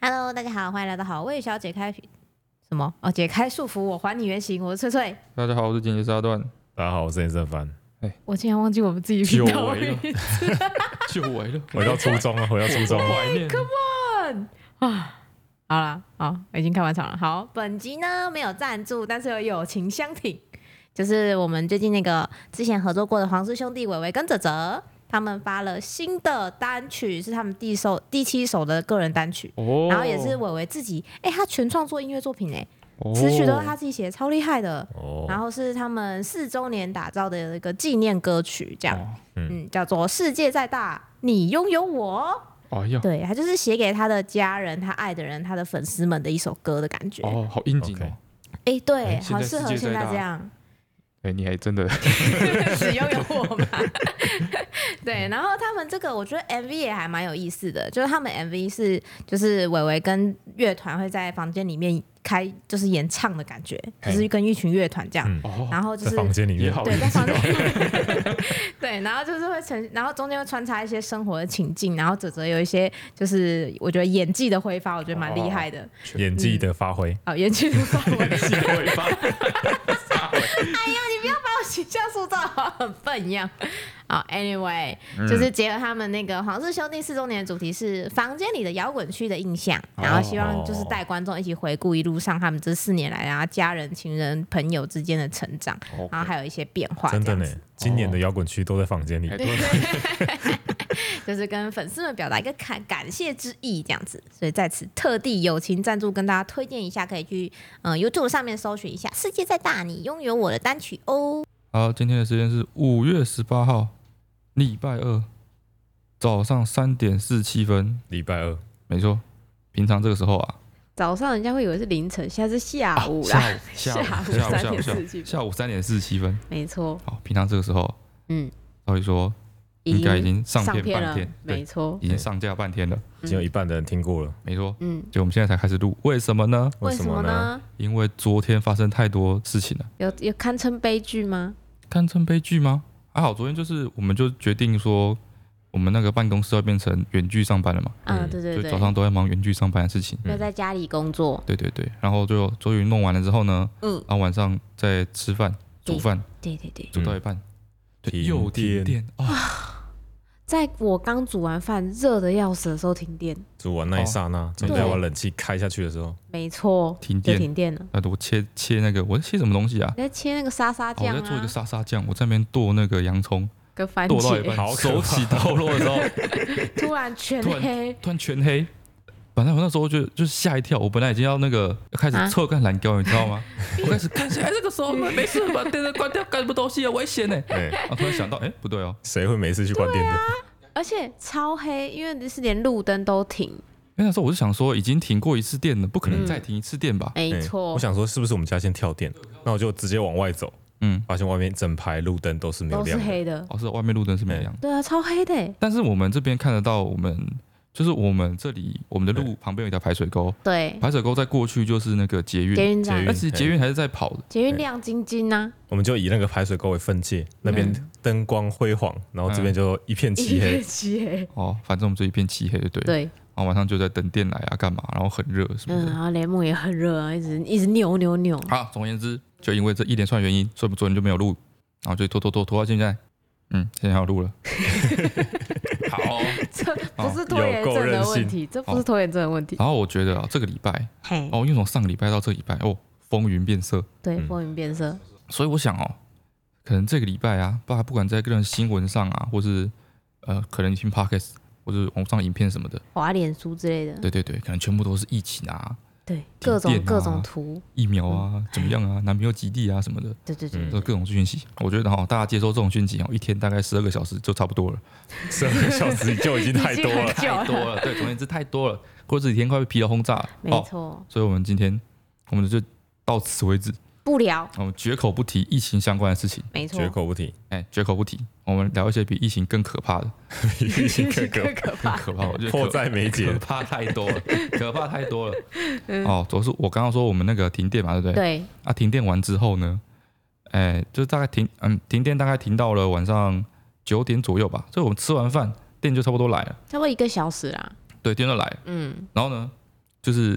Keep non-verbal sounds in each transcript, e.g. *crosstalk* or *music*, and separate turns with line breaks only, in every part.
Hello，大家好，欢迎来到好味小姐开什么？哦，解开束缚，我还你原形。我是翠翠，
大家好，我是剪辑沙段，
大家好，我是严正帆，
我竟然忘记我们自己频道
久违了
名字
*laughs* 久违了，
回到初中了，啊回到初中
我 *laughs* 怀
哎
念。啊
好了，好，已经开完场了。好，本集呢没有赞助，但是有友情相挺，就是我们最近那个之前合作过的黄氏兄弟伟伟跟哲哲，他们发了新的单曲，是他们第首第七首的个人单曲。
哦
然后也是伟伟自己，哎、他全创作音乐作品哎、
哦
词曲都是他自己写，超厉害的。
哦，
然后是他们四周年打造的一个纪念歌曲，这样，
哦
嗯，叫做《世界再大，你拥有我
哦。哎呀》。，
对，他就是写给他的家人、他爱的人、他的粉丝们的一首歌的感觉。哎、
哦，好应景哦
OK。
对，
哎现
好
在
适合
世界
现
再
在
大
这样， *laughs*
哎，你还真的
只拥有我嘛。 *laughs* 对，然后他们这个我觉得 MV 也还蛮有意思的，就是他们 MV 是就是伟伟跟乐团会在房间里面开就是演唱的感觉，就是
嘿
跟一群乐团这样，
嗯
*laughs*
哦，
然后就
在
是
房间里
也
面，
好
对，
应
在
景
房间。
*laughs*
*laughs* 对，然后就是会呈，然后中间会穿插一些生活的情境，然后哲哲有一些就是我觉得演技的挥发，我觉得蛮厉害的。
演技的发挥，
哦，演技的挥发，
*laughs*
我
细尾
*laughs*
巴，
形象塑造好很笨一样。啊、a n y w a y
嗯
就是结合他们那个皇室兄弟四周年的主题是房间里的摇滚区的印象，然后希望
哦
就是带观众一起回顾一路上他们这四年来啊家人、情人、朋友之间的成长，然后还有一些变化，
真的
这样
呢
子。
今年的摇滚区都在房间里
哎，对
就是跟粉丝们表达一个感感谢之意这样子，所以在此特地友情赞助跟大家推荐一下，可以去嗯、呃 YouTube 上面搜寻一下《世界再大，你拥有我》的单曲哦。
好，今天的时间是五月十八号，礼拜二早上三点四七分，
礼拜二
没错。平常这个时候啊，
早上人家会以为是凌晨，现在是下午啦。
下午啊
*laughs*
下午下
午
午
3
下午
点47分
下午三点四十七分。
没错，
好，平常这个时候，
嗯，
照理说应该已经上
上
片
片
半
了
天，，对
没，错，
已经上架半天了，
已经有一半的人听过了，
没错。
嗯，
就我们现在才开始录，为什么呢？
为什么呢？？
因为昨天发生太多事情了，
有有堪称悲剧吗？
堪称悲剧吗？还好，昨天就是我们就决定说，我们那个办公室要变成远距上班了嘛，
啊，
嗯
对对
就
对
早，上都在忙远距上班的事情。
要在家里工作，
对对对，然后就终于弄完了之后呢，
嗯
然啊后晚上再吃饭煮饭，
对对对，
煮
嗯
到一半，对，
停
又停
电
电
*laughs*
啊！
在我刚煮完饭热的要死的时候停电，
煮完那一刹那，准备要把冷气开下去的时候，
没错，
停
就
电
停电了。
那我切切那个，我在切什么东西啊？
你在切那个沙沙
哦我
酱
在做一个
啊，
沙沙酱，我在那边剁那个洋葱，
跟番
剁到一
茄，
半，
好可
手起刀落的
*laughs*
时候，
突然
*laughs*
全
突然 *laughs*
黑，
突然全黑。本来我那时候就就是吓一跳，我本来已经要那个要开
啊
始侧看蓝胶，你知道吗？
*laughs*
我开始看一下，哎，这个时候没事把 *laughs* 电灯关掉，干什么东西啊？危险呢！
哎，
然后突然想到，哎，不对哦，
谁会没事去关电的？哎
而且超黑，因为是连路灯都停，
因为那时候我就想说，已经停过一次电了，不可
嗯
能再停一次电吧？
没
哎
错
我，想说是不是我们家先跳电？那我就直接往外走，
嗯，
发现外面整排路灯都是没有
都是
亮的，
黑的，
哦，是外面路灯是没亮的，
对啊，超黑的欸，
但是我们这边看得到，我们就是我们这里我们的路旁边有一条排水沟，
对，
排水沟在过去就是那个捷运，
捷运
捷
站啊
运
而，且捷运还是在跑的，
捷运亮晶晶啊，
我们就以那个排水沟为分界，那边灯光辉煌，然后这边就一片漆
*laughs*
黑，
漆黑，
哦，反正我们这一片漆黑，对了，
对。
然后晚上就在等电来啊，干嘛？然后很热什么
嗯，
的。
然后雷蒙也很热啊，一直一直扭扭扭。
好，总而言之，就因为这一连串原因，所以我们昨天就没有录，然后就拖拖拖拖到现在，嗯，现在要录了。好哦、
*laughs* 这不是拖
拖
延
延
症
症
的
的
问
问
题，这
不
不
是
是拖延症的问题。
然后我觉得啊，这个礼拜
嘿，
哦，因为从上个礼拜到这个礼拜哦，风云变色，
对，
嗯
风云变色，
所以我想哦，可能这个礼拜啊，不不管在个人新闻上啊，或是呃，可能听 podcast 或是网上影片什么的，
滑脸书之类的，
对对对，可能全部都是疫情啊、
对，
停
各种
电啊
各种图，
疫苗啊、怎么样啊、南美洲极地啊什么的，
对对对
嗯
都
对
各种讯息。我觉得哈、哦，大家接收这种讯息哦，一天大概十二个小时就差不多了。
十二个
嗯
小时就已经太
*laughs*
多了。
太多了，哦对，总而言之太多了，过这几天快被疲劳轰炸了。
没错，
所以我们今天我们就到此为止，*laughs*
不聊，
我们绝口不提疫情相关的事情，
没错
哦
绝，口不提，
哎，绝口不提。我们聊一些比疫情更可怕的，
比疫情更可
更可怕。
可怕，我觉得
迫
可
在眉
可
睫。嗯
怕太多了，可怕太多了。哦，主要是我刚刚说我们那个停电嘛， *laughs* 对不对？
对，
啊，停电完之后呢，哎，就大概停，嗯，停电大概停到了晚上九点左右吧，所以我们吃完饭店就差不多来了，
差不多一个小时啦。
对，店就来了。
嗯，
然后呢，就是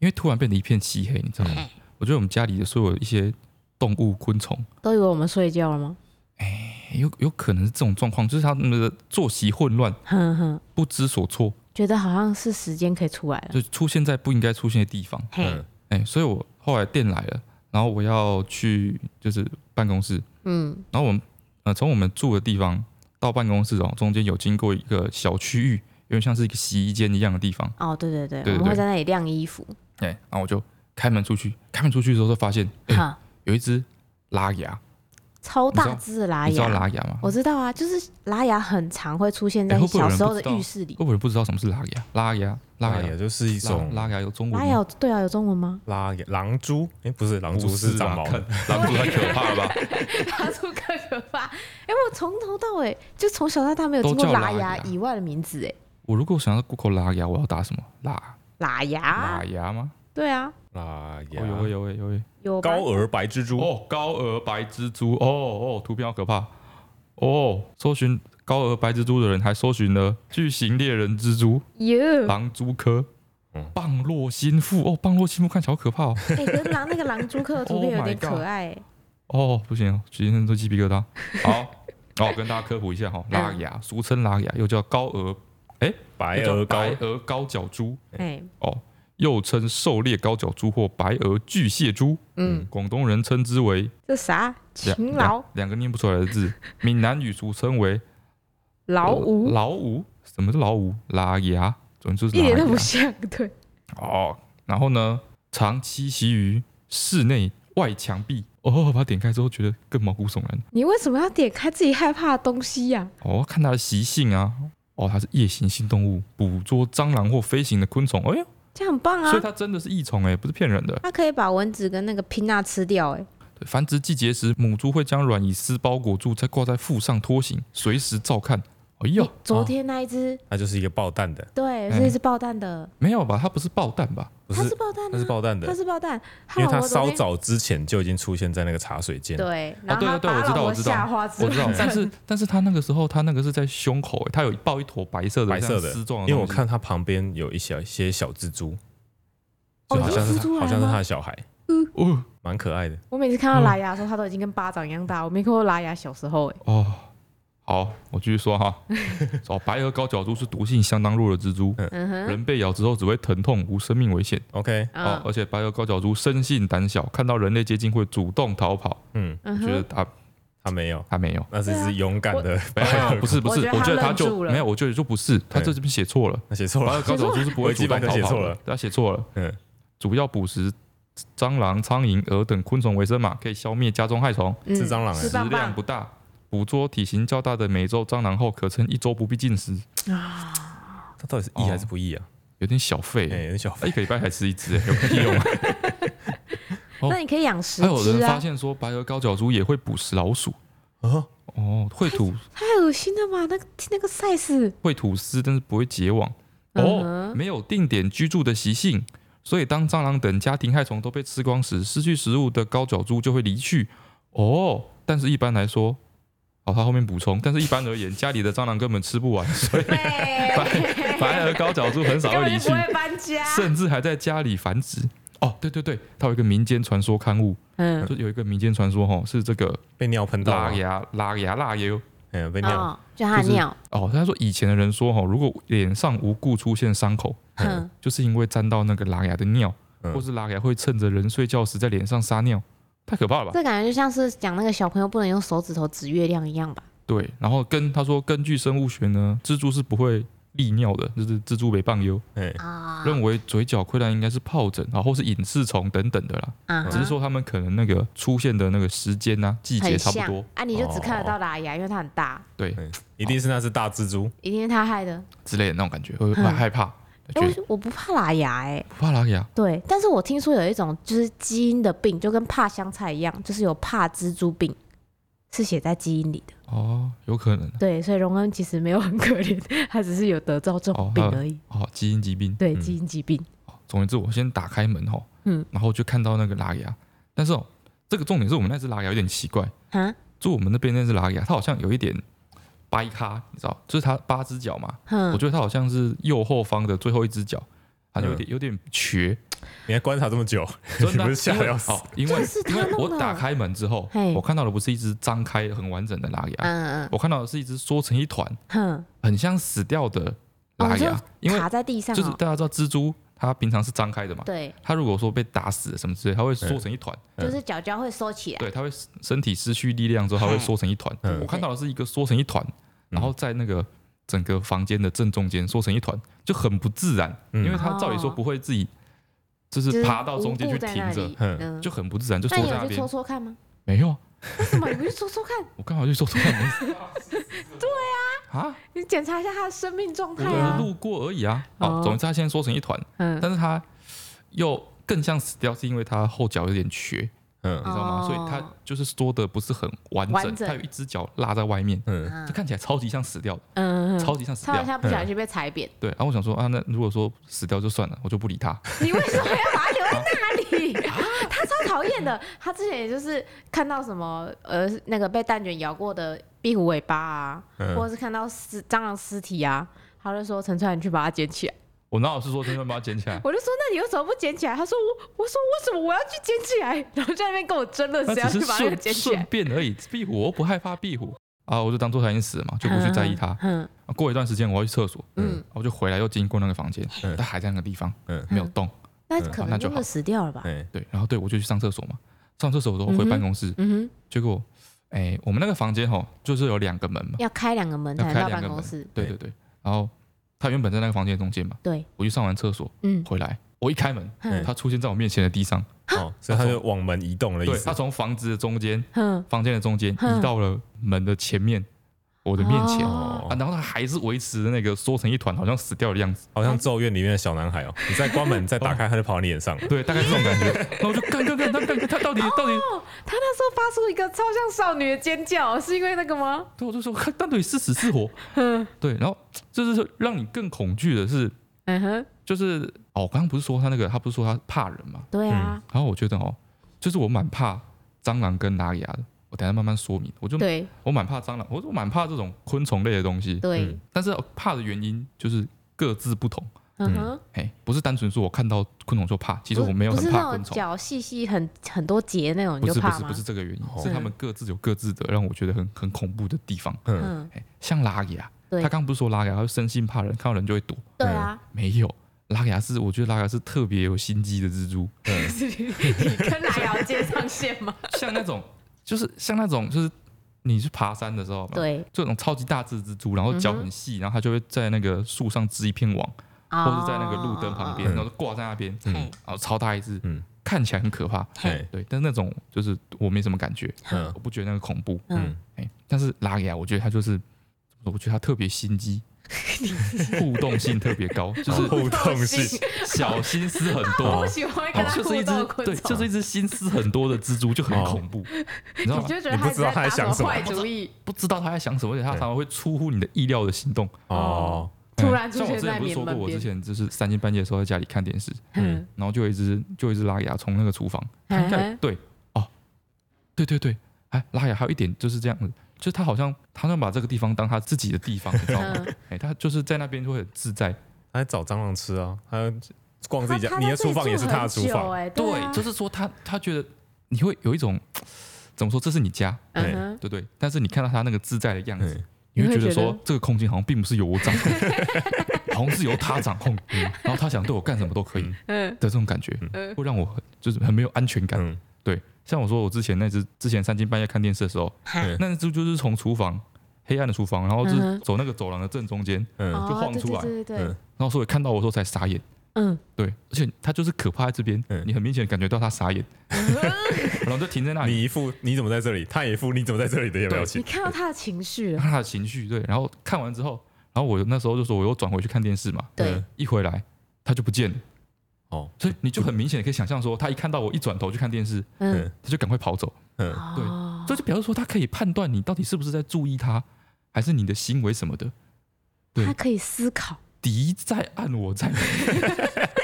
因为突然变得一片漆黑，你知道吗？我觉得我们家里的所有一些动物、昆虫，
都以为我们睡觉了吗？
哎有有可能是这种状况，就是它们的作息混乱，
哼哼，
不知所措，
觉得好像是时间可以出来了。
就出现在不应该出现的地方。
嘿，
哎、所以我后来店来了，然后我要去就是办公室，
嗯，
然后我们呃从我们住的地方到办公室哦，中间有经过一个小区域，有点像是一个洗衣间一样的地方。
哦，对对对，
对对
我们会
对
在那里晾衣服。
哎、然后我就开门出去，开门出去的时候就发现哎
哈，
有一只拉牙，嗯你
超
知
大
道
只的拉
你知道
牙，
拉牙吗？
我知道啊，就是拉牙很常会出现在
哎会不会有
小
人
时候
不
的
知道
浴室里
会。不会不知道什么是拉牙？拉牙，拉
也
牙，
就是一种
拉拉牙有中文
拉
吗？
牙有对啊，有中文吗？
拉牙狼蛛，哎，不是狼
不
蛛是长
吧
毛
看
的，
狼蛛太可怕了吧？
拉出更可怕！ *laughs* 哎，我从头到尾就从小到大没有听过
都叫
拉
拉
牙
牙
以外的名字，哎，
*laughs* 我如果想要 Google 拉牙，我要打什么？拉
拉牙
拉，牙吗？
对啊，
拉
哦，有
牙
诶有诶有诶。
有吧
高额白蜘蛛，
哦，高额白蜘蛛，哦哦，图片好可怕。哦，搜寻高额白蜘蛛的人还搜寻了巨型猎人蜘蛛、
哟，
狼蛛科
嗯、
棒络心腹。哦，棒络心腹看起来好可怕哦。
哎，可是狼那个狼蛛客的图片
*laughs* Oh
有点
my god
可爱，哎
哦，不行，今天都鸡皮疙瘩。好，
*laughs*
哦，跟大家科普一下
嗯
哈、哦，拉牙，俗称拉牙，又叫高额
白
又叫
额高
白额高脚蛛，
哎，
哦，又称狩猎高脚蛛或白额巨蟹蛛。
嗯，
广东人称之为
这啥？勤
两
劳
两两个念不出来的字，闽南语俗称为
老
呃
五，
老五，什么是老五？拉牙，总之就是
一
拉
点都不
牙。
像，对，
哦，然后呢，常栖息于室内外墙壁。哦，把它点开之后觉得更毛骨悚然。
你为什么要点开自己害怕的东西呀、
哦，看它的习性啊。哦，它是夜行性动物，捕捉蟑螂或飞行的昆虫。哎呦，
这样很棒
所
啊
以！它真的是益虫哎、不是骗人的。
它可以把蚊子跟那个拼娜吃掉、哎，
对繁殖季节时，母猪会将卵以丝包裹住，再挂在腹上拖行，随时照看。哎呦，
昨
啊、
天那一只，
它就是一个爆蛋的，
对，
哎
是一只爆蛋的，
没有吧？它不是爆蛋吧？
不
它
是
是爆蛋、啊，
它是爆蛋
它
的，
是爆蛋，它
因为它
老婆
稍
昨天
早之前就已经出现在那个茶水间，
对，
啊
然后它
对
把
啊对啊
老
我
婆
知道
吓花之
我
后，
知
*laughs*
道，但是但是他那个时候，他那个是在胸口，欸他有抱一坨白色的
白色的
像丝状的东西，
因为我看它旁边有一小一些小蜘蛛，
哦
就好像
有
是
蜘蛛
它
来
好像是
吗
它的小孩，
哦
蛮可爱的。
我每
嗯
次看到拉牙的时候，它都已经跟巴掌一样大，我没看过拉牙小时候、哎，
哦，好，我继续说
*laughs*
哈。哦，白额高脚蛛是毒性相当弱的蜘蛛，
嗯哼，
人被咬之后只会疼痛，无生命危险。
OK，
哦，
嗯
而且白额高脚蛛生性胆小，看到人类接近会主动逃跑。
嗯，
我
嗯
觉得
哼，
它
它没有，
它没
*laughs*
有，
那是一
对啊
只勇敢的白
没 *laughs*
额
啊有，不是不是，
我
我
觉
觉
得
得
他
它
愣
就
住了
没有，我觉得就不是，
哎
他这边写错
*laughs*
了。
*laughs* 那写错
白
了
额，高脚蛛是不会主动
我
逃
记得他写
跑
错
的
了，
他写错了。
嗯，
主要捕食蟑螂、苍蝇、蛾等昆虫为生嘛，可以消灭家中害虫，
嗯
是蟑螂
是
哎，
食
棒
量
棒
不大。捕捉体型较大的美洲蟑螂后，可称一周不必进食，
啊，
它到底是益还是不益啊？
有点小费、
哎，那小
一个礼拜才吃一只、欸，有屁用啊！哦
那你可以养十
还有人
*laughs* 只
发
啊，
现说，白额高脚蛛也会捕食老鼠。
啊，
哦，会吐
太恶心了吧？那个那个 size，
会吐丝，但是不会结网。
嗯
哦，
哼
没有定点居住的习性，所以当蟑螂等家庭害虫都被吃光时，失去食物的高脚蛛就会离去。哦，但是一般来说，哦，他后面补充，但是一般而言，家里的蟑螂根本吃不完，所以
对，
*laughs* 反而高脚蛛很少
根
会
本
离
就
去
不，会搬家，
甚至还在家里繁殖。哦，对对对，它有一个民间传说刊物，
嗯，
就有一个民间传说哈，是这个
被尿喷到
拉
了，
牙拉牙拉油。
嗯，被尿，
哦，就它的
就是
尿，
哦，他说以前的人说哈，如果脸上无故出现伤口，
嗯，
就是因为沾到那个拉牙的尿，
嗯
或是拉牙会趁着人睡觉时在脸上撒尿，太可怕了吧？
这感觉就像是讲那个小朋友不能用手指头指月亮一样吧？
对，然后跟他说，根据生物学呢，蜘蛛是不会利尿的，就是蜘蛛为棒忧，
哎，
啊
认为嘴角溃烂应该是疱疹啊，或是隐翅虫等等的啦，
啊哈，
只是说他们可能那个出现的那个时间呐、季节
很
差不
像
多，哦
啊，你就只看得到拉牙，因为它很大，
对
一定是那只大蜘蛛，
一定是它害的。
之类的那种感觉，会会
嗯
害怕，
哎，
觉得
我我不怕拉牙，哎，
不怕拉牙。
对，但是我听说有一种就是基因的病，就跟怕香菜一样，就是有怕蜘蛛病，是写在基因里的。
哦，有可能
对，所以荣恩其实没有很可怜，他只是有得到这种
哦
病
他
而已。
哦，基因疾病。
对，
嗯
基因疾病。
总而言之，我先打开门吼，
嗯
嗯，然后就看到那个拉牙，但是哦，这个重点是我们那只拉牙有点奇怪，
啊，
就我们那边那只拉牙，它好像有一点掰咖，你知道，就是它八只脚嘛，我
哼，
觉得它好像是右后方的最后一只脚，它有
嗯
点有点瘸，
你还观察这么久，
真
*laughs* 你
的啊
不是吓
因
得
为
要死？
好，因为
这是它
因为
弄的
我打开门之后
嘿，
我看到的不是一只张开很完整的拉牙，
嗯嗯
我看到的是一只缩成一团，
哼，
很像死掉的拉
哦
牙
就，
因为
卡在地上
就是
哦，
大家知道蜘蛛它平常是张开的嘛，
对，
它如果说被打死了什么之类，它会缩成一团，
嗯
就是脚脚会收起来，
对，它会身体失去力量之后，它会缩成一团。
嗯
我看到的是一个缩成一团，然后在那个整个房间的正中间缩成一团，就很不自然，
嗯
因为它照理说不会自己就
就是是
爬到中间
无
去
故在那
停着
里，
嗯
嗯，
就很不自然，就
那
缩
你
在那
有去戳
边。
戳看吗？
没有，啊
为什么你不去戳戳看？ *laughs*
我刚
*laughs*
好就说错
啊
了。对啊，啊，
你检查一下他的生命状
我
态
只是
啊，
路过而已啊。
哦
好，总之它现在缩成一团，
嗯，
但是它又更像死掉，是因为它后脚有点瘸。
嗯
你知道吗？所以它
哦
就是缩的不是很完
完
整，
整
它有一只脚落在外面，
啊
嗯，
这看起来超级像死掉的，
嗯，嗯嗯
超级像死
差
掉
点。像不小心被踩扁，
对，然后我想说啊，那如果说死掉就算了，我就不理它。
你为什么要把他留在那里？他超讨厌 *laughs* 的。他之前也就是看到什么呃那个被蛋卷咬过的壁虎尾巴啊，
嗯
或者是看到尸蟑螂尸体啊，他就说陈川你去把它捡起来。？
*laughs* 我哪有是说真的把它捡起来
我就说那你为什么不捡起来？他说我我说为什么我要去捡起来？然后在那边 *laughs* 跟我争论
那
谁要
只
去
是
把那个
顺
捡起
顺
来。
便而已。壁虎我又不害怕壁虎啊，我就当做它已经死了嘛，就不去在意它。
*laughs* 嗯
啊过一段时间我要去厕所，
嗯
嗯，我就回来又经过那个房间
嗯，
它还在那个地方，
嗯
没有动。
那
嗯
可
好
能
那就
真的
好
死掉了吧？
哎，
对，然后对我就去上厕所嘛，上厕所我都
嗯
回
哼
办公室，
嗯哼，
结果哎，我们那个房间吼就是有两个门嘛。
要开两个门
要
才
开
能到
两
办
个
公
门
室。
对对对，然后他原本在那个房间中间嘛，
对，
我去上完厕所
嗯
回来，我一开门，
嗯
他出现在我面前的地上，
啊
哦，所以他就往门移动的意
对
思
他。从房子的中间、
哼，
房间的中间
嗯
移到了门的前面，我的面前。
哦
啊，然后他还是维持那个缩成一团，好像死掉的样
*laughs*
子，
好像咒怨里面的小男孩哦，你再关门再打开，他就跑到你脸上。
对，大概这种感觉。然后我就干干干干干，他
*laughs*
到底到底，
他那时候发出一个超像少女的尖叫，是因为那个吗？
对，我就说看到底是死是活，
嗯
对。然后就是让你更恐惧的是，
嗯哼，
就是哦，我刚刚不是说他那个，他不是说他怕人嘛，
对啊，
然后我觉得哦，就是我蛮怕蟑螂跟拉牙的，我等一下慢慢说明。我就嗯
对
我蛮怕蟑螂，我我蛮怕这种昆虫类的东西，
对
嗯，
但是怕的原因就是各自不同。
嗯哼，
哎，不是单纯说我看到昆虫就怕，其实我没有
不是
很
那
怕
种
昆虫，
脚细细很很多节那种，
不
你就是
不
怕
是
吗？
不是这个原因，
哦
是他们各自有各自的让我觉得很很恐怖的地方。
嗯，
嗯，
哎，像拉牙，
对
他刚刚不是说拉牙，他生性怕人，看到人就会躲，
对啊，
没有。拉牙是，我觉得拉牙是特别有心机的蜘蛛，
*laughs* 是你你跟拉瑶接上线
*laughs*
吗？
像那种，就是像那种，就是你去爬山的时候嘛，
对
这种超级大只的蜘蛛，然后
嗯
脚很细，然后它就会在那个树上织一片网，
啊
哦或者在那个路灯旁边，
哦
然后就挂在那边，
嗯
嘿
然后超大一只，
嗯
看起来很可怕，
哎，
对，但是那种就是我没什么感觉，
嗯
我不觉得那个恐怖，
嗯，
哎，但是拉雅我觉得它就是，我觉得它特别心
*laughs*
机，互动性特别
*laughs*
高，就是
哦
互动性，
小心思很
*laughs* 我
多
不。喜欢跟
哦
*laughs* 他
就
互
是一
动的
只
昆
对，
虫，
就是一只心思很多的蜘蛛，就很
哦
恐怖，你知道
你
吗？
就觉得
你
他
不
一
知
直
道
在打
他在想
么
什么
坏主意，
不知道它在想什么，而且它常常会出乎你的意料的行动。
哦，
突然
哎
出
像我
现
之
在
前不是
你的
说过，
门
我之
边。
前就是三更半夜的时候在家里看电视，
嗯，
然后就有一只就有一只拉雅从那个厨房，
嗯
看对，哦，对对对，哎，拉雅还有一点就是这样子，就是他好像他好像把这个地方当他自己的地方，你知道吗？
嗯
哎，他就是在那边就会很自在，
他在找蟑螂吃啊，他逛自己家，
他他
你的
在这
厨
里
房也是
住
他的
很
厨
久
房，
哎，对啊，
就是说他他觉得你会有一种怎么说，这是你家，
嗯哼，
对不对？但是你看到他那个自在的样子
嗯，
你会
你会
觉得
觉得
说这个空间好像并不是由我掌控， *laughs* 好像是由他掌控，嗯然后他想对我干什么都可以。
嗯
的这种感觉，
嗯
会让我很就是很没有安全感。
嗯
对，像我说我之前那只之前三更半夜看电视的时候，
嗯
那只就是从厨房黑暗的厨房，然后就
嗯
是
哼
走那个走廊的正中间，
嗯
就晃出来
哦对对对对
嗯
对，
然后所以看到我的时候才傻眼。
嗯，
对，而且它就是可怕在这边，
嗯
你很明显感觉到它傻眼，*laughs*
嗯
然后就停在那里，
你一副你怎么在这里，他也一副你怎么在这里的表
你
情，
看到他的情绪了，
看它的情绪。对，然后看完之后，然后我那时候就说我又转回去看电视嘛，
对
嗯，
一回来它就不见了，
哦，
所以你就很明显地可以想象说，它一看到我一转头去看电视，
嗯，
它就赶快跑走。
嗯
对
哦
这就表示说，他可以判断你到底是不是在注意他，还是你的行为什么的。对
他可以思考，
敌在暗，我在明。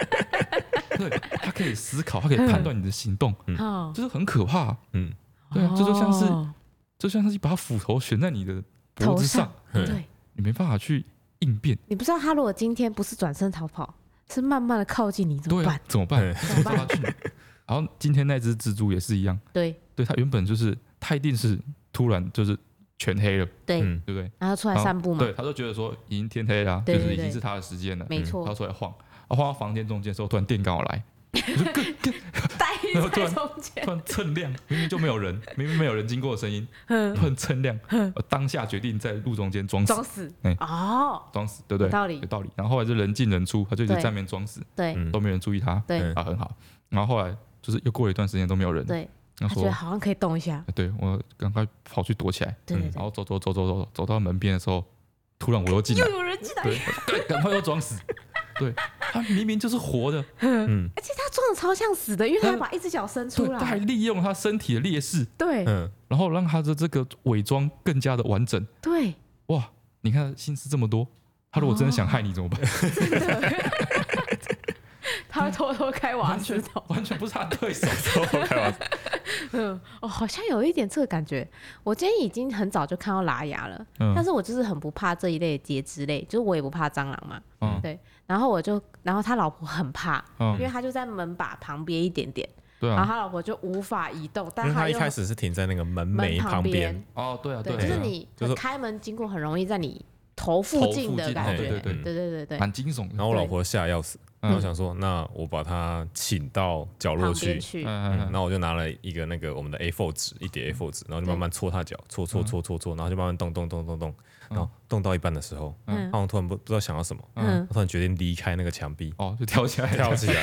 *laughs* 对，他可以思考，他可以判断你的行动，
嗯
哦，
这是很可怕。
嗯，
对啊，这就像是
哦
就像是一把斧头悬在你的脖子上，嗯
对
你没办法去应变。
你不知道他如果今天不是转身逃跑，是慢慢的靠近你，怎么
对啊
办？，
怎么办？
怎么
*laughs*
办？
然后今天那只蜘蛛也是一样，
对
对它原本就是它一定是突然就是全黑了，
对，
嗯，
对不对？
然后出来
然后
散步嘛
对，，嗯他就觉得说已经天黑了啊，就
对
是
对
已经
对
是他的时间了，
没
他
*laughs* 错，
出来晃，啊晃到房间中间的时候，突然电刚好
*laughs*
来，
待
然后突
在
然
中间，
突然蹭亮，明明就没有人，明明没有人经过的声音，
嗯
突然蹭亮，我当下决定在路中间装死
装，死
*laughs* 哎
哦，
装死，对不对？
有道理
有道理。然后后来就人进人出，他就一直
对
在那边装死，
对
嗯
都没人注意他，
对
啊，很好。然后后来就是又过了一段时间都没有人，
对，
他
他觉
说
得，好像可以动一下，
哎对我赶快跑去躲起来，
对对
然
对，
后走走走走走走到门边的时候，突然我又进来
又，有人进来，
对，赶赶快又装死，对他明明就是活的，
嗯
而且他装的超像死的，因为
嗯
他把一只脚伸
对
出，
他还
来，
利用他身体的劣势，
对
嗯，
然后让他的这个伪装更加的完整。
对，
哇，你看心思这么多，他如果真的想害你怎么办？
哦
真的，他会偷偷开瓦
完
斯
全
桶。
完全不是他的
*laughs*
*laughs*
对手。
开玩笑，
嗯，哦，好像有一点这个感觉。我今天已经很早就看到拉牙了，但
嗯
是我就是很不怕这一类的节肢类，就是我也不怕蟑螂嘛。
嗯
然后我就，然后他老婆很怕，因为
嗯，
他就在门把旁边一点点，
对
然后
啊，
他老婆就无法移动，
因
但
为
他
他一
又
开始是停在那个门
门
楣旁边
边，，
哦，对啊，
对，
啊，
就是
啊
你
就是
开门经过很容易在你头
头
附近的感
哦
觉，
对
对
对对，
对对对，
蛮惊悚的。
然后我老婆吓得要死，
嗯
然后我想说，那我把她请到角落
旁
去
边，去，
嗯，
嗯
然，后我就拿了一个那个我们的 A4 纸，一叠 A4
嗯
纸，然后就慢慢搓她脚，搓搓搓搓搓，然后就慢慢动动动动动，然后动到一半的时候，
嗯
她好像突然不不知道想到什么，
嗯，
我突然决定离开那个墙壁，
哦，就跳起来，
*laughs* 跳起来，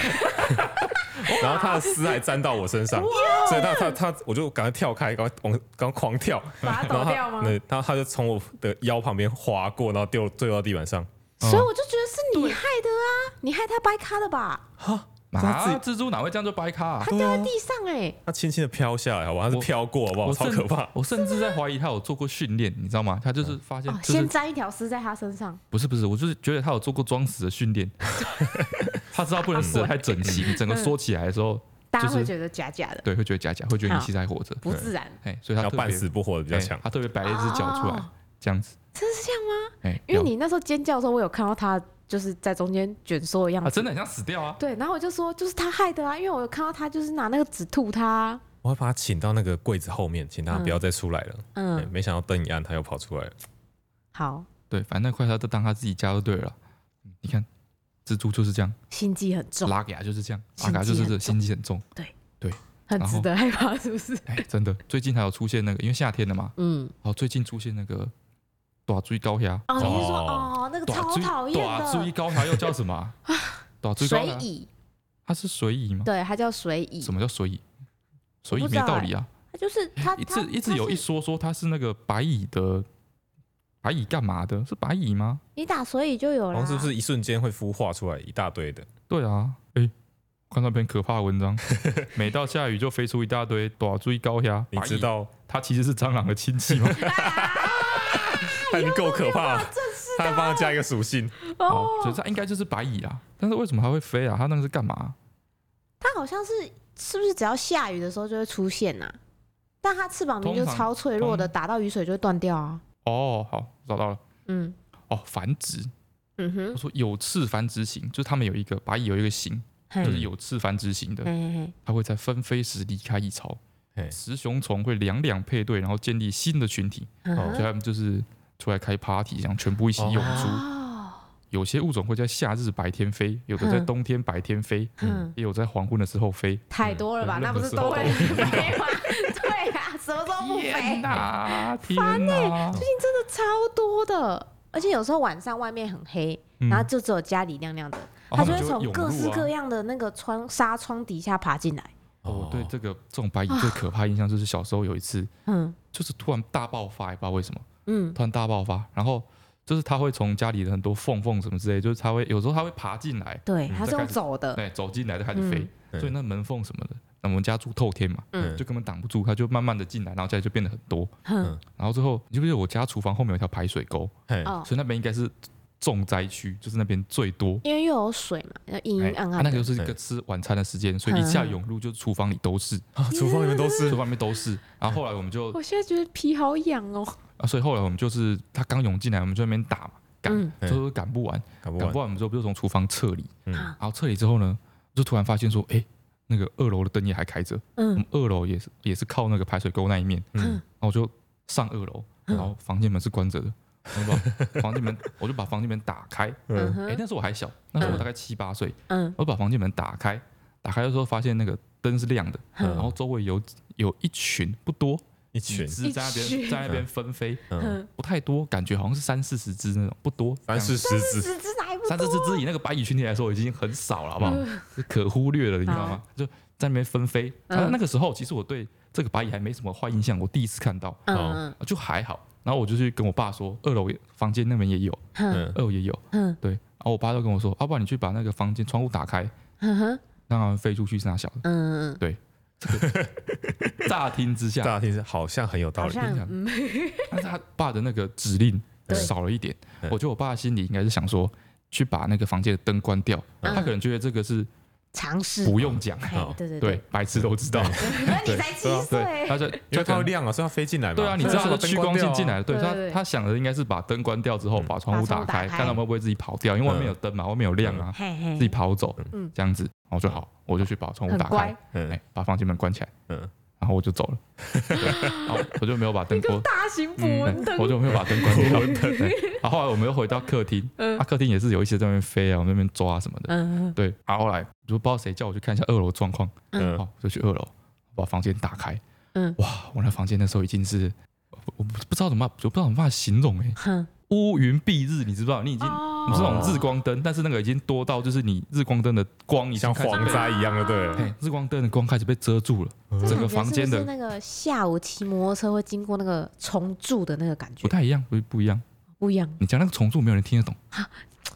*laughs* 然后她的丝还粘到我身上，所以她她她，我就赶快跳开，赶快往赶快狂跳，
把
*laughs*
它
然后
抖
她
掉吗？
对，然后她就从我的腰旁边划过，然后丢掉到地板上，
嗯
所以我就觉得是你害的啊，你害他掰咖的吧？
啊，蜘蛛哪会这样就掰咖啊？
他掉在地上哎，
她轻轻的飘下来，好吧，她是
我
飘过，好不好？
我
超
甚
可 *laughs* 怕，
我甚至在怀疑他有做过训练，你知道吗？他就是发现
哦，，
就是
先粘一条丝在他身上，
不是不是，我就是觉得他有做过装死的训
*laughs*
练，他知道不能
嗯
死得太整齐，整个缩起来的时候，
大家
就是
会觉得假假的，
对，会觉得假假，会觉得你其实还活着，
不自然，
哎，所以他
要
特别
半死不活的比较
哎
强。
他特别摆了一只脚出来
哦，
这样子，
真是这样吗？
哎，
因
了
为你那时候尖叫的时候，我有看到他就是在中间卷缩的样
啊，
子。
真的很像死掉啊，
对，然后我就说，就是他害的啊，因为我有看到他就是拿那个纸吐他啊，
我会把他请到那个柜子后面，请他不要再出来了。对
嗯，
没想到灯一暗，他又跑出来了。
好，
对，反正那块他就当他自己家就对了。嗯你看，蜘蛛就是这样，
心机很重，
拉给他就是这样，
哦心
拉
机
给他就是这
很重
心机很重。
很
然后
值得害怕，是不是？ *laughs*
哎，真的，最近还有出现那个，因为夏天了嘛，
嗯，
哦，最近出现那个短锥高虾，
哦，你是说
哦
哦，那个
短
超
锥
讨厌
短锥
的
高虾又叫什么
*laughs*
啊？短锥高
水
虾，
蚁，
它是水蚁吗？
对，它叫水蚁
什，么叫水蚁？水蚁
我不
没
知道
道理啊！
它就是它
一
它
直一直有一，
它是
说说它是那个白蚁的，白蚁干嘛的？是白蚁吗？
你打水蚁就有
好
了，
像是
*laughs*
不是一瞬间会孵化出来一大堆的？
对啊，哎、看到篇可怕的文
*laughs*
章，每到下雨就飞出一大堆短锥高虾，
你
白蚁
知道，
它其实是蟑螂的亲戚吗？
*laughs* 他已经够可怕了，他还帮他加一个属性，
哦，
哦
所以，它应该就是白蚁啦。但是为什么它会飞啊？它那个是干嘛啊、
它好像是是不是只要下雨的时候就会出现呐？但它翅膀明明
通
就
常
超脆弱的，打到雨水就会断掉啊。
哦，好，找到了。
嗯
哦，繁殖。他
嗯哼，
说有翅繁殖型，就是它们有一个白蚁有一个型，
嘿
就是有翅繁殖型的，
嘿嘿嘿，
它会在分飞时离开蚁巢
嘿。
雌雄虫会两两配对，然后建立新的群体，
嗯
哦
所以它们就是出来开 party，这样全部一起涌出。
哦，
有些物种会在夏日白天飞，有的在
嗯
冬天白天飞，
嗯，
也有在黄昏的时候飞。
太多了吧？
嗯
那不是都会飞吗？ *laughs* 对啊，什么时候不飞？
哪！天
欸
哪！
真的超多的，而且有时候晚上外面很黑，
嗯
然后就只有家里亮亮的，
哦
它
它
就
们
会
就会
从
涌
各式
入啊
各样的那个窗纱窗底下爬进来。
哦，我对这个这种白蚁最可怕印象就是小时候有一次，
嗯
就是突然大爆发，也不知道为什么。
嗯，
突然大爆发，然后就是它会从家里的很多缝缝什么之类，就是它会有时候它会爬进来，
对，
嗯
它是
再开
用
始
走的。
对，走进来就开始飞，
嗯
所以那门缝什么的，那我们家住透天嘛，
嗯
就根本挡不住，它就慢慢的进来，然后家里就变得很多，
哼
嗯
然后最后你记不记得我家厨房后面有一条排水沟，
嘿，
哦
所以那边应该是重灾区，就是那边最多。
因为又有水嘛，然后阴阴暗
它、
暗
哎啊那
的
个，就是一个吃晚餐的时间，所以一下涌入就是厨房里都是，
啊，厨房里面都是
厨房里面都是。然后后来我们就，
我现在觉得皮好痒哦。
啊、所以后来我们就是他刚涌进来，我们就在那边打嘛，
嗯
赶，
嗯
就是赶不完，
搞不
赶
完
不。完我们之后不就从厨房撤离，
嗯
啊
然后撤离之后呢，就突然发现说，哎、那个二楼的灯也还开着，我
嗯
们二楼也是也是靠那个排水沟那一面，
嗯
然后我就上二楼，
嗯
然后房间门是关着
*laughs*
的，然后把房间门我就把房间门打开，
嗯
嗯
哎、
哼
那时候我还小，那时候我大概七八岁，
嗯
我就把房间门打开，打开的时候发现那个灯是亮的，
嗯
然后周围有有一群不多
一
几
群
只在那
一
边
群
在那边纷飞，
嗯
嗯，
不太多，感觉好像是三四十只那种，不多，
三四
这样
十只，
嗯
只只哪一部
三四十只以那个白蚁群体来说已经很少了，好不好？
嗯
是可忽略了，你知道
啊
吗？就在那边纷飞。然
嗯
后那个时候，其实我对这个白蚁还没什么坏印象，我第一次看到，
嗯
就还好。然后我就去跟我爸说，二楼也房间那边也有，
嗯
嗯
二楼也有，
嗯
对。然后我爸就跟我说，要、啊不然你去把那个房间窗户打开，
嗯哼
让它们飞出去是哪小的。
嗯嗯，
乍听之
*laughs*
下，
大家听是好像很有道
好
理，
像嗯
但是他爸的那个指令
对
少了一点
对，
我觉得我爸心里应该是想说，去把那个房间的灯关掉，
嗯
他可能觉得这个是
尝试
不用讲，
哦
嘿对对
对，，白痴都知道，
那你才七
*laughs*
哎
对，
岁，
他就
因
就
为它
可
会
能
亮啊，所以它飞进来嘛。
对啊，你知道
所以
他的
它把灯
趋
关
光
掉
性
啊
进来了，对
对对
他他想的应该是把灯关掉之后，
嗯
把窗户
把
打
窗户
开，
打开
看它会不会自己跑掉，因为外面有灯嘛，外面有亮啊，
嘿
自
嘿
己跑走
嗯，
这样子，然后就好，我就去把窗户
很
打
乖
开，
嗯
哎，把房间门关起来，
嗯，
然后我就走了，对然后我就没有把灯关。
大型捕蚊
嗯，
灯
我就没有把灯关掉。对然后后来我们又回到客厅，啊，客厅也是有一些在那边飞啊，我们那边抓啊什么的。
嗯
对，然后后来就不知道谁叫我去看一下二楼状况，
嗯
好，哦我就去二楼把房间打开，
嗯
哇，我那房间那时候已经是我我不知道怎么，我不知道怎么办法形容哎、
哼，哦
乌云蔽日，你知不知道？你已经。你是那种日光灯，但是那个已经多到就是你日光灯的光已经
像
开始
蝗
被
灾一样的，对
嘿 *laughs* 日光灯的光开始被遮住了，整个房间
是
的
那个下午骑摩托车会经过那个重铸的那个感
不
觉
太一样，不不一样。
不一样，
你讲那个重塑，没有人听得懂。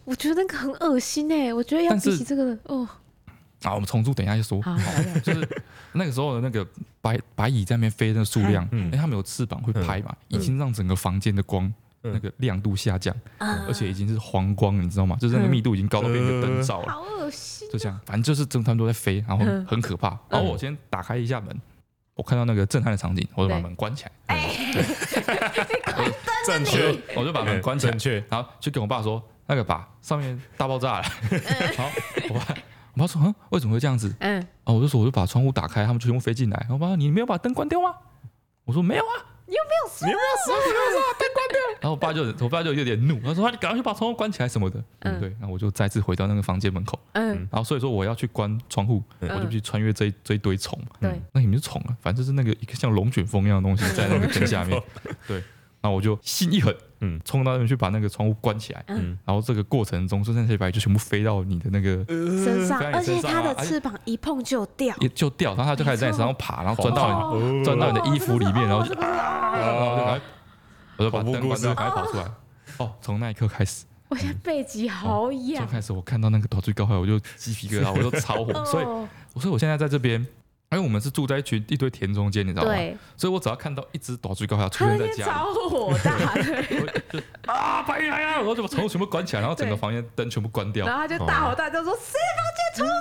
我觉得那个很恶心哎，我觉得要
但是
比起这个哦，
啊，我们重塑等一下就说。
好，
就是那个时候的那个白白蚁在那边飞的数量，
嗯
因为它们有翅膀会拍嘛，已经让整个房间的光。
嗯
那个亮度下降，而且已经是黄光，你知道吗？就是那个密度已经高到变成一个灯
呃
罩了，
好恶心，
就这样，反正就是真的他们都在飞，然后很可怕。然
嗯
后我先打开一下门，我看到那个震撼的场景，我就把
对
门关起来，
正
我
确，
就我就把门
嗯
关起来
正，确，
然后就跟我爸说，那个把上面大爆炸了。然后我爸我爸说，嗯，为什么会这样子？
嗯，
啊，我就说我就把窗户打开，他们全部飞进来。我爸，你没有把灯关掉吗？我说没有啊。
你有没啊有说
然后我爸就我爸就有点怒，他说啊你赶快去把窗户关起来什么的。嗯，
嗯
对。然后我就再次回到那个房间门口，
嗯，
然后所以说我要去关窗户，
嗯
我就去穿越这一这一堆虫嘛。
对，
那也没有虫啊，反正就是那个一个像龙卷风一样的东西在那个灯下面。 *laughs* 对。然后我就心一狠，嗯
嗯，
冲到那边去把那个窗户关起来。嗯
嗯。
然后这个过程中，就那些白就全部飞到你的那个。
呃
身上
在，你
而且
身上啊
它的翅膀一碰就掉，
也就掉，然后它就开始在你身上爬，然后钻到你
哦
钻到你哦的衣服里面，然后就
啊，
然后我就赶快，哦我就把
恐怖
灯
故
关
事
掉，赶快跑出来。哦，从那一刻开始，
我现在背脊好
就
痒，
开始我看到那个头最高海，我就鸡皮疙瘩，我就超火。所以，
*laughs* 哦
所以我现在在这边，因为我们是住在一群一堆田中间，你知道吗？
对，
所以我只要看到一只短最高海哦出
他那
现在
天
家里，
超火大
*laughs*
的，
我就就啊，白蚁来啊！然后就把窗户全部关起来，然后整个
对
房间灯全部关掉
然，后他就大吼大叫
哦
说：“谁房间窗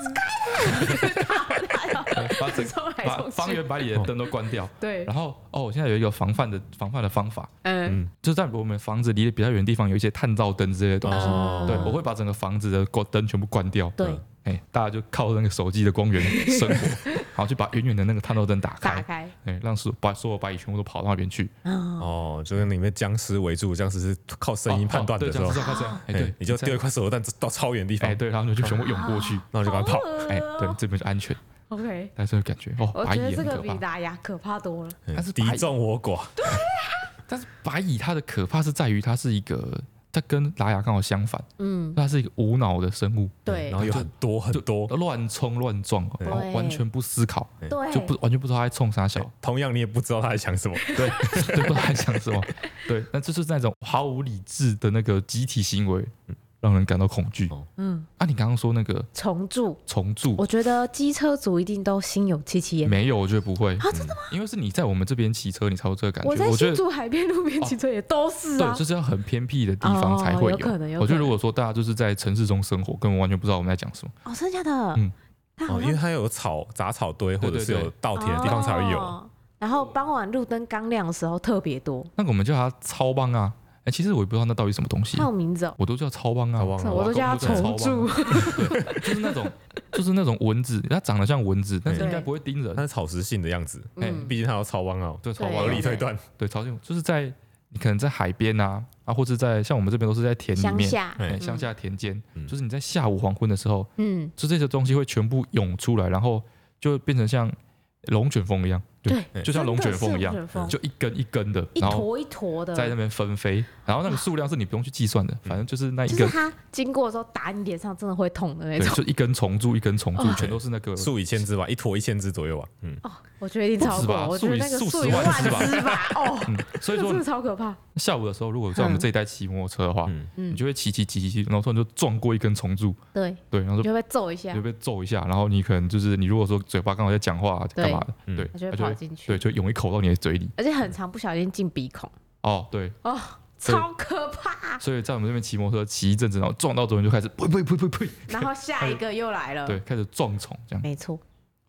户是开的？”大吼大叫，
把整
冲来
把
冲去
方圆百里的灯都关掉。
对，
然后哦，我现在有一个防范的防范的方法，
嗯
就在我们房子离得比较远的地方，有一些探照灯之类的东西。
哦
对，我会把整个房子的光灯全部关掉。
对
嗯，哎，大家就靠那个手机的光源生活，然后就把远远的那个探照灯打
打
开，
开，
哎，让所把所有白蚁全部都跑到那边去。
嗯，
哦，就跟里面僵尸围住，僵尸是靠声音
哦
判断
哦对
的时
这
候
样，子这样子哎，对
哎，，你就
这样
丢一块手榴弹到超远的地方啊
哎，，对，然后你就全部涌过去，
然后就赶快跑。
哎，对，这边就安全，
哦，OK。
但是感觉哦，
我
白
觉
蚁
得
也
这
很
个
可
比
怕。
打牙可怕多了。
嗯
但是白
敌众我寡，
但是白蚁它的可怕是在于它是一个，它跟达雅刚好相反，
嗯，
它是一个无脑的生物，
对
然后有很多很
就
多，哎
乱冲乱撞，然后完全不思考，
对，
就不完全不知道它在冲啥小
哎。同样你也不知道他在想什么，对，
哎
对，不知道在想什么。对，那这就是那种毫无理智的那个集体行为，让人感到恐惧。
嗯哦
嗯，
啊，你刚刚说那个
重铸，
重铸，
我觉得机车族一定都心有戚戚焉。
没有，我觉得不会，嗯
啊，真的吗？
因为是你在我们这边骑车，你才有这个感觉。
我在
我觉
新
得
竹海边路边
哦
骑车也都是
对，
啊
就。是要很偏僻的地方才会
哦有可能有可能
我觉得如果说大家就是在城市中生活，根本完全不知道我们在讲什么。
哦，真的假的
嗯？
它好
哦，因为
像
它有草杂草堆或
对对
者是有
对
稻田的地方才会有。
哦然后傍晚路灯刚亮的时候特别多，
那个我们叫它超棒啊！哎，其实我也不知道那到底什么东西
它，有名字哦，
我都叫超棒啊
超棒，啊
我都叫它重铸。
就是那种 *laughs* 就是那种蚊子，它长得像蚊子，但是应该不会叮
它
人。
是草食性的样子，
哎
嗯，
毕竟它有草汪哦。
对，超
对
棒
合
啊
理，推断，
对，朝鲜就是在你可能在海边啊，啊，或是在像我们这边都是在田里
乡
面，
下，
哎，
哎
乡下田间，
嗯
就是你在下午黄昏的时候，
嗯，
就这些东西会全部涌出来，然后就变成像龙卷风一样，
对，
就像龙卷风一样
真，的是龙卷风
就一根一根的，
一
然后
坨一坨的，
在那边纷飞，然后那个数量是你不用去计算的，反正就是那一
就是
根，
它经过的时候打你脸上，真的会痛的那
对，
种。
就一根重柱一根重柱，全都是那个。
数以千只吧，一坨一千只左右吧。嗯，
哦，我觉得一定超
不止吧
过，我觉
数
得
以
那个
数十
以
万
万
是吧
只吧，哦，
嗯， *laughs* 所以
那
说
真的超可怕。
下午的时候，如果在我们这一带骑摩托车的话，
嗯
嗯
你就会骑骑骑骑骑，然后突然就撞过一根重柱，
对，
对，然后
你
就
就被揍一下
就，被揍一下，然后你可能就是你如果说嘴巴刚好在讲话啊
对
干嘛的，
嗯
对，
它就
它
会
就
跑
会
进去。
对，就涌一口到你的嘴里。
而且很常不小心进鼻孔，
哦，对，
哦，
对
超可怕。
所以在我们这边骑摩托车骑一阵子，然后撞到之后你就开始呸呸呸呸呸，
然后下一个又来了，
对，，开始撞虫这样，
没错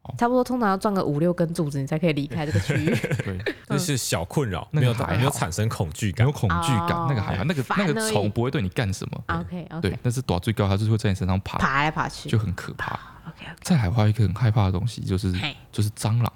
哦，
差不多通常要撞个五六根柱子，你才可以离开这个
*laughs*
区域。 *laughs*
对，
这是小困扰，
那
没
个
有
还好
没有产生恐惧
没
感
有。恐惧感
哦，
那个还好，那个那
烦而
个
已
虫不会对你干什么，
啊 OK
对
OK，，
但是躲最高它就是会在你身上爬，
爬来爬去
就。很可怕。
OK OK，
再还有一个很害怕的东西就是
嘿
就是蟑螂。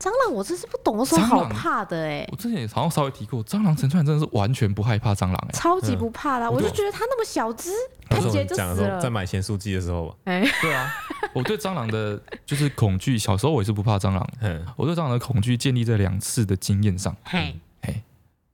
蟑螂我真是不懂，有什么好怕的哎，
我之前也好像稍微提过，蟑螂陈川真的是完全不害怕蟑螂哎、
*laughs* 超级不怕啦，
我
我就
懂
觉得它那么小只，
那
它
时候我
直接
们
就
讲的
死
时候，在
了。
买咸酥鸡的时候吧，
哎，
对啊，我对蟑螂的就是恐惧，小时候我也是不怕蟑螂，欸
嗯，
我对蟑螂的恐惧建立在两次的经验上。
嘿，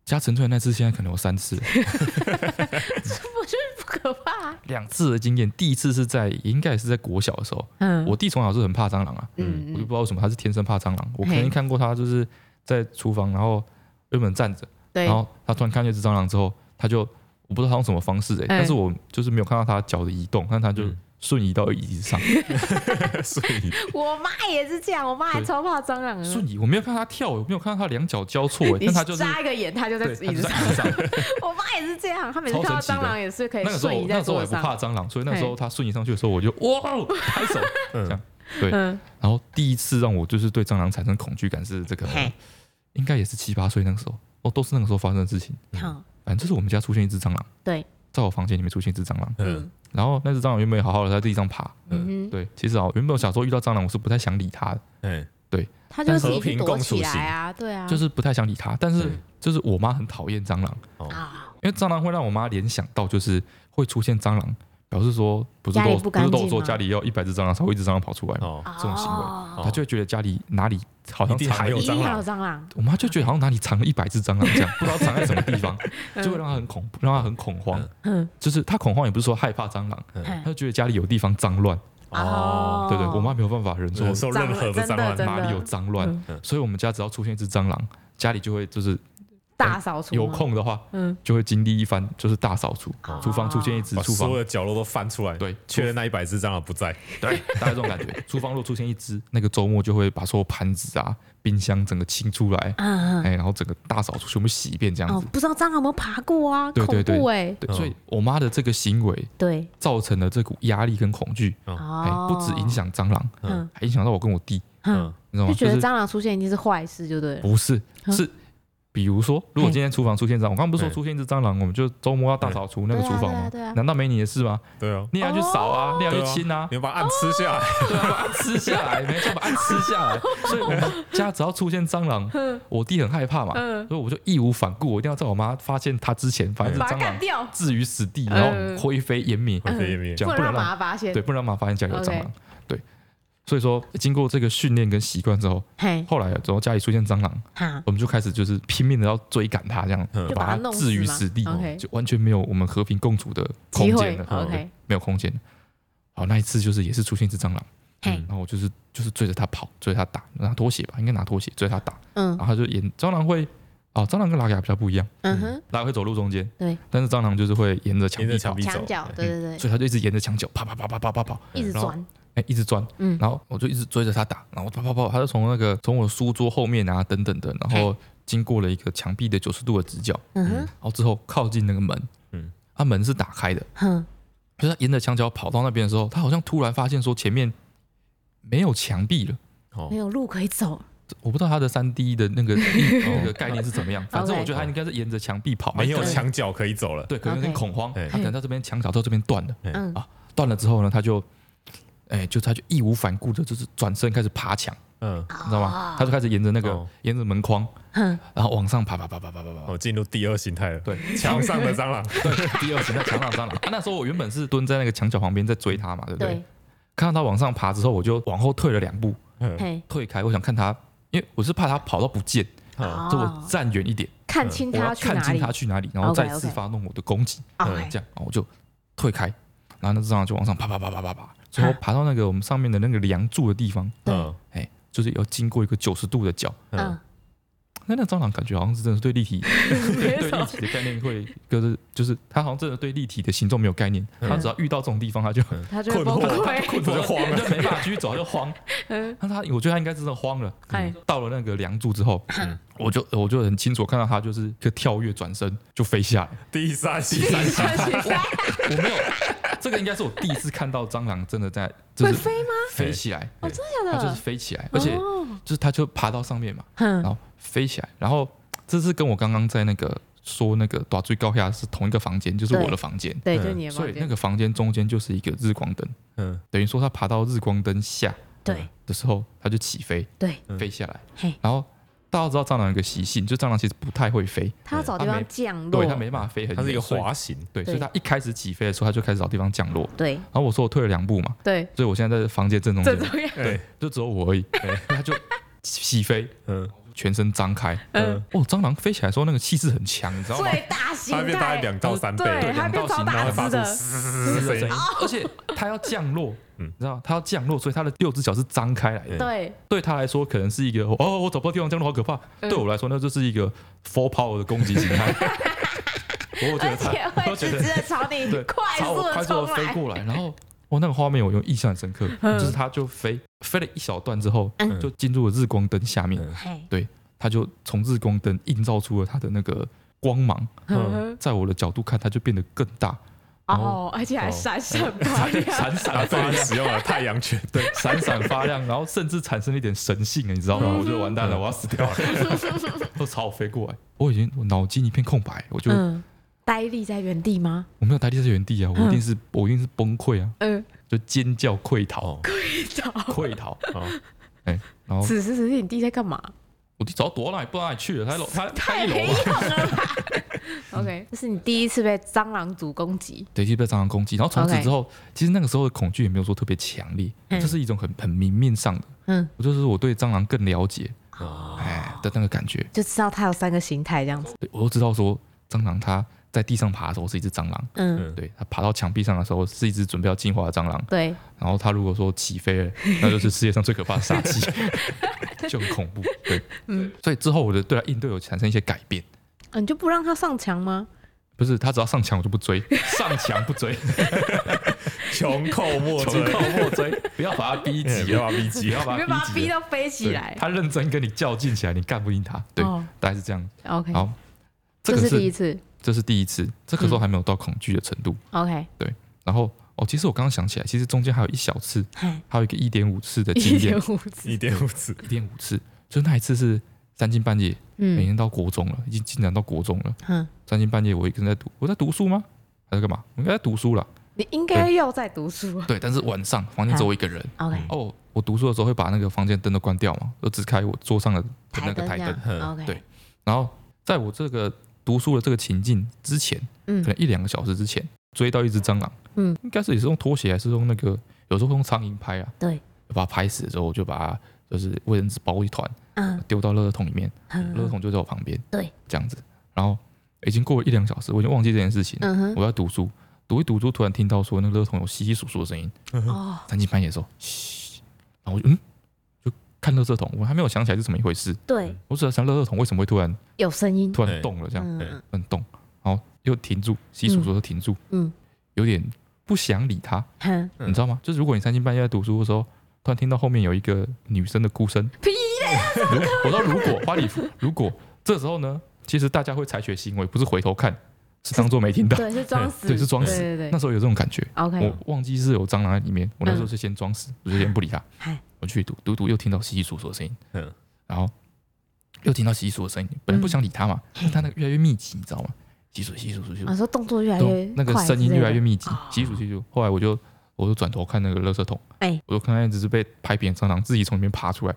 加陈川那次，现在可能有三次，
*laughs* 我觉得不可怕啊。
两次的经验。第一次是在应该也是在国小的时候，
嗯，
我弟从小是很怕蟑螂啊，
嗯
我就不知道为什么他是天生怕蟑螂。啊我
嘿
曾经看过他就是在厨房，然后原本站着，
对
然，后他突然看见一只蟑螂之后，他就我不知道他用什么方式哎、但是我就是没有看到他脚的移动，但他就
嗯
瞬移到椅子上。
嗯
所以
我妈也是这样，我妈还
对
超怕蟑螂的。
瞬移，我没有看到他跳，我没有看到他两脚交
*laughs*
错，哎
嗯你
但他就是
眨一个眼，它就在
对，他
椅
就
子
在
上。
椅子上。
*laughs* 我妈也是这样，她每次
超
看到
神奇的
蟑螂也是可以
那个时候
瞬
我
移，在
那时候我
桌
也不
上。
怕蟑螂，所以那时候
嘿
他瞬移上去的时候，我就哇哦拍手。
嗯，
嗯，
然后第一次让我就是对蟑螂产生恐惧感是这个
嘿，
应该也是七八岁那个时候，哦，都是那个时候发生的事情。
好，
反正就是我们家出现一只蟑螂，
对，
在我房间里面出现一只蟑螂，
*laughs* 嗯
嗯
然后那只蟑螂原本好好的在地上爬，
嗯哼，
对，其实啊，原本我小时候遇到蟑螂，我是不太想理它的，
嗯，
它就自
和
己去
平
躲
共
起
处
来
型
啊，对啊，
就是不太想理它，但是就是我妈很讨厌蟑螂。
啊，
因为蟑螂会让我妈联想到，就是会出现蟑螂，表示说不是
家
都
里
有
不
是
干
都
净
有说
吗
家里要一百只蟑螂才会一只蟑螂跑出来嘛，
哦，
这种行为
哦
她就会觉得家里哪里好像
一定
藏
还
了
有
一
一定
蟑螂
要有蟑螂，
我妈就觉得好像哪里藏了一百只蟑螂这样，不知道藏在什么地
*laughs*
方，就会让她很恐怖，让她很恐慌。
嗯
就是她恐慌也不是说害怕蟑螂，
嗯
她就觉得家里有地方脏乱，
哦，
对对，我妈没有办法忍受
忍受任何的
蟑
蟑螂
螂真的
哪里有脏乱，
嗯
所以我们家只要出现一只蟑螂，家里就会就是
大扫除
有
吗，
空的话
嗯，
就会经历一番就是大扫除，
哦
厨房出现一只，
把
厨
所
房
有的角落都翻出来，
对
确认那一百只蟑螂不在，
对，大概这种感觉。厨房如果出现一只，那个周末就会把所有盘子啊、冰箱整个清出来，
嗯嗯，
哎，然后整个大扫除全部洗一遍这样
哦
子。，
不知道蟑螂有没有爬过啊，
对对
恐
对
怖哎，
对，所以我妈的这个行为
对，
造成了这股压力跟恐惧，哎，
哦，
不止影，响蟑螂，
嗯
还影响到我跟我弟，
嗯，
你知道吗？
就觉
就
得
是
蟑螂出现一定是坏事，就对了，
不是
嗯
是。比如说，如果今天厨房出现蟑螂，我刚刚不是说
嗯
出现一只蟑螂，我们就周末要大扫除那个
对
厨
啊
房
对啊对
吗
啊？哦
难道没你的事吗？
对啊，
你也要去扫啊，你也要去清啊
你，要把它按吃下来，
*laughs* 对啊，把它吃下来，没错，把它吃下来。所以我们家只要出现蟑螂，我弟很害怕嘛，
嗯
所以我就义无反顾，我一定要在我妈发现它之前，反正
把
是
它
蟑
干
螂
掉，
置于死地，
嗯
然后灰飞烟灭，
灰飞烟灭
这
不
样
能
不
让
能让
妈妈发现，
对，不能让妈发现家里有蟑
OK
螂。对，所以说经过这个训练跟习惯之后，
嘿，
后来之后家里出现蟑螂，
哈，
我们就开始就是拼命的要追赶它，这样
嗯就
把它
把它
弄
置于
死吗
死地，
OK
就完全没有我们和平共处的空
机
间
会嗯
了。
，OK，
没有空间了。好，那一次就是也是出现一只蟑螂，
嘿
嗯然后我就是就是追着它跑，追着它打，拿拖鞋吧，应该拿拖鞋追着它打，
嗯
然后它就沿蟑螂会哦，蟑螂跟拉嘎比较不一样，
嗯哼，
拉嘎会走路中间，
对，
但是蟑螂就是会沿着墙
沿
壁
着
跑
墙，壁走
墙，角，对对对，
所以它就一直沿着墙角啪啪啪啪啪啪跑，
一直
然后
钻，
哎、一直钻，
嗯
然后我就一直追着它打，然后啪啪啪，它就从那个从我的书桌后面啊等等的，然后经过了一个墙壁的九十度的直角，
嗯哼，
然后之后靠近那个门，嗯
嗯，
它门是打开的，
哼，
就是它沿着墙角跑到那边的时候，它好像突然发现说前面没有墙壁了。
哦
没，有路可以走，
我不知道它的三 D 的那个那个概念是怎么
*laughs*
样，反正
哦 OK
我觉得它应该是沿着墙壁跑，
没有
对
墙角可以走了。
对，可能有点恐慌，
OK
它可能到这边墙角到这边断了，
嗯
啊断了之后呢，它就，哎、就它就义无反顾的，就是转身开始爬墙，
嗯，
你知道吗？它就开始沿着那个、
哦
沿着门框，
哼，
然后往上爬爬爬爬爬爬爬，
我进入第二形态了。
对，
墙上的蟑螂，
对，第二形态墙上蟑螂、啊那时候我原本是蹲在那个墙角旁边在追它嘛，对不对？
对，
看到它往上爬之后，我就往后退了两步，
嗯
*laughs* 嘿，
退开，我想看它，因为我是怕它跑到不见，
好
所以我站远一点，
看清
嗯我
哦他
要
要去
看
哪
清
里哎
它去哪里，然后再
OK，OK
次发动我的攻击。
，OK，
这样，然后我就退开，然后那只蟑螂就往上爬爬爬爬爬爬，最后爬到那个我们上面的那个梁柱的地方，
嗯
哎，就是要经过一个九十度的角。
嗯
嗯，，
那那蟑螂感觉好像是真的是对立
*laughs*
体，
没
对立
错，
体的概念会，就是就是它好像真的对立体的形状没有概念，它只要遇到这种地方，它就
他就会崩
困 *laughs*
溃，
困着就慌了，
就没办法继续走，它就慌。
嗯
那它，我觉得它应该真的慌了
哎。嗯
到了那个梁柱之后，我就我就很清楚看到它就是一个跳跃转身就飞下来。
第三形态，
*laughs* 我没有，这个应该是我第一次看到蟑螂真的在就
会
是
飞吗？
飞起来，
哦，真
它
的假
就是
的？
飞起来，而且嗯
哦嗯
就是它就爬到上面嘛，然
哼，
后飞起来，然后这是跟我刚刚在那个说那个短最高下是同一个房间，就是我的房间，
对，
嗯
就你的
所以
房
那
间，
个房间中间就是一个日光灯，
嗯，
等于说它爬到日光灯下
对
的时候，它就起飞
对，
嗯
飞下来
嘿，
然后大家知道蟑螂有个习性，就蟑螂其实不太会飞，
他要找地
它嗯
方
没
降落
对，，它没办法飞很远，
它是一个
所以
滑行，
对，所
对
以它一开始起飞的时候，它就开始找地方降落。
对
然后我说我退了两步嘛，
对，
所以我现在在房间正中
这
间，
种样，
对，
就只有我而已，它就起飞，
嗯
全身张开。
嗯
嗯，
哦，蟑螂飞起来的时候那个气势很强，你知道吗？
最大形
它变大概
态，
两到三倍，
对，它变超
然
大
后发出
只的，
嘶
是
声音，
而且它要降落，
嗯
你知道它要降落，所以它的六只脚是张开来的。
嗯
对，
对它来说，可能是一个哦，我找不到地方降落，好可怕。
嗯
对我来说，那就是一个 full power 的攻击形
*laughs*
态。我觉
而
得它，
且
我
会
觉
直
得
直的朝你
对，
快
朝我
速
快
的
速
冲
的飞
来，
过来，然后哦，那个画面我有印象很深刻，
嗯
就是它就飞飞了一小段之后，
嗯
就进入了日光灯下面，
嗯
嘿，
它就从日光灯映照出了它的那个光芒，
嗯
在我的角度看，它就变得更
*laughs*
大，然后
哦，而且还
哦
闪闪发亮，
闪
然后
闪
这
发
里
亮，
使用了太阳拳，
对，闪闪发亮，然后甚至产生了一点神性，你知道吗？
嗯
我就完蛋了，我要死掉
*laughs*
了，都朝我飞过来，我已经我脑筋一片空白，我就
嗯，呆立在原地吗？
我没有呆立在原地啊，我一定是我一定是崩溃啊，
*laughs* 嗯，
就尖叫溃逃
哦
溃逃，
哦
哎，然后
此时此地你弟在干嘛？
我弟早躲到哪里不知道哪里去了，他楼他他
太
一
没
楼
用 *laughs*
啊，
了吧？OK，这是你第一次被蟑螂族攻击，
对，就被蟑螂攻击。然后从此
OK
之后，其实那个时候的恐惧也没有说特别强烈，
嗯
这是一种很很明面上的。
嗯，
我就是我对蟑螂更了解，
哦
哎的那个感觉，
就知道它有三个形态这样子，
对我都知道说蟑螂它在地上爬的时候是一只蟑螂，
嗯，
对，它爬到墙壁上的时候是一只准备要进化的蟑螂，
对，
然后它如果说起飞了，那就是世界上最可怕的杀机， *laughs* 就很恐怖。对，
嗯
所以之后我的对它啊应对有产生一些改变。
啊你就不让它上墙吗？
不是，它只要上墙我就不追，上墙不追，
穷寇莫
穷
追，
寇莫追，不要把它逼
哎
急
不
了
要，把逼
不
急，
要把
你就
它
把
逼
它
急
逼
了
到飞起
对
来
他认真跟你较劲起来，你干不赢他。对，
哦
大概是这样。
，OK，
好，这
这
个
是
是
第一次嗯
这是第一次，这个时候还没有到恐惧的程度。
，OK，
然后哦，其实我刚刚想起来，其实中间还有一小次，
嗨，
还有一个一点五次
*laughs*
的
一
经
点
验，
五次，
一点五次，
一点五次，就那一次是三更半夜，每
嗯
天到国中了，已经进展到国中了。
哼，
三更半夜，我一个人在读，我在读书吗？还在干嘛？我应该在读书啦。
你应该要在读书啊
对，但是晚上房间只有我一个人。
，OK，
哦，我读书的时候会把那个房间灯都关掉嘛，就只开我桌上的的那个台
这
灯。
样，OK，
对然后在我这个读书的这个情境之前，
嗯
可能一两个小时之前追到一只蟑螂，
嗯，
应该是也是用拖鞋还是用那个，有时候会用苍蝇拍啊，
对，
把它拍死的时候，我就把它就是卫生纸包一团
嗯
丢到垃圾桶里面，
嗯
垃圾桶就在我旁边，
对，
这样子，然后已经过了一两小时，我已经忘记这件事情，
嗯哼，
我在读书，读一读书，突然听到说那个垃圾桶有稀稀疏疏的声音，
哦，
嗯三更半夜的时候，嘘，然后我就嗯，就看垃圾桶，我还没有想起来是怎么一回事，
对，
我只要想垃圾桶为什么会突然
有声音，
嗯突然
对
动了这样，
对
嗯
很动，然后又停住，洗手的时候停住，
嗯
有点不想理他，
哼，
嗯
你知道吗？就是如果你三更半夜在读书的时候，突然听到后面有一个女生的哭声，
屁
如我说如果花礼服，如果这时候呢，其实大家会采取行为，不是回头看，是当做没听到，
对，哎是装死，
对，是装死。
对对
那
对
时候有这种感觉，
，OK，
我忘记是有蟑螂在里面，我那时候是先装死，
嗯
我就先不理他
嗨，
我去读读读，又听到稀稀疏疏的声音，
嗯
然后又听到稀稀疏疏的声音，本来不想理他嘛，但
嗯
他那个越来越密集，你知道吗？稀疏稀疏稀疏
啊，，说动作越来
对
越，
那个
快
声音
之类
越来越
的，哦
密集，稀疏稀疏。后来我就我就转头看那个垃圾桶，
哎
我就看到一只是被拍扁的蟑螂自己从里面爬出来，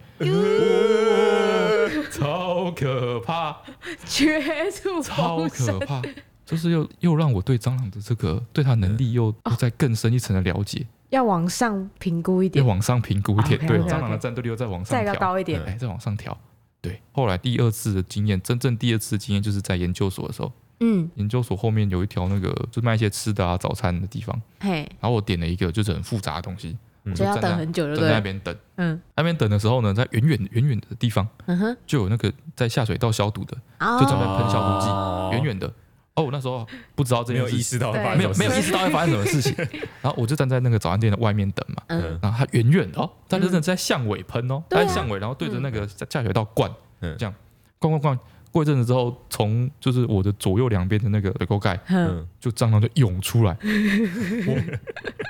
超可怕，
*laughs* 绝处
超
逢
可
生，
怕。就是又又让我对蟑螂的这个对它能力又
哦
又在更深一层的了解，
要往上评估一
要
点，哦
往上评估一点，
OK，OK，
对
OK
蟑螂的战斗力又再往上
再要
调，
高一点，
哎，再往上调。对，后来第二次的经验，真正第二次经验就是在研究所的时候，
嗯，
研究所后面有一条那个就是卖一些吃的啊、早餐的地方，
嘿，
然后我点了一个就是很复杂的东西，我
嗯
就
就
要
站在
等很久，对不
站在那
对？
边等。
嗯
那边等的时候呢，在远远远远的地方
嗯哼，
就有那个在下水道消毒的，
哦
就在那边喷消毒
哦
剂，远远的。哦，我那时候不知道这
没
件
有意
事情，
识到
对
发
没
生
有
什么
没有
事
意识到会发生什么事
*laughs*
情。然后我就站在那个早餐店的外面等嘛，
嗯，
然后他远远的哦，他就真的在巷尾喷哦，他
对啊
在巷尾，然后对着那个下水道灌，
嗯
这样灌灌灌。过一阵子之后，从就是我的左右两边的那个水沟盖，
哼，
嗯
就蟑螂就涌出来，我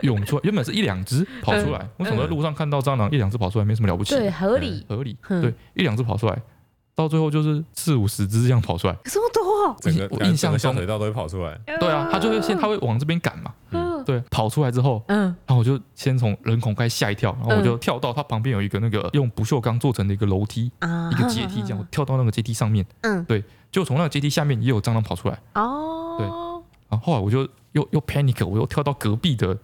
涌出来，原本是一两只跑出来，我总在路上看到蟑螂一两只跑出来，没什么了不起的
嗯对，，合理，
合理，
嗯
对，一两只跑出来，到最后就是四五十只这样跑出来。
这么多，
整个
我
整个
印象中
下水道都会跑出来，
对啊，他就会先他会往这边赶嘛，
嗯
对，跑出来之后，
嗯，
然后我就先从人孔盖吓一跳，然后我就跳到它旁边有一个那个用不锈钢做成的一个楼梯，
啊，
*laughs* 一个阶梯这样，我
哼，
跳到那个阶梯上面，
嗯，
就从那个阶梯下面也有蟑螂跑出来，
哦，
然后后来我就又又 panic，我又跳到隔壁
*laughs*
的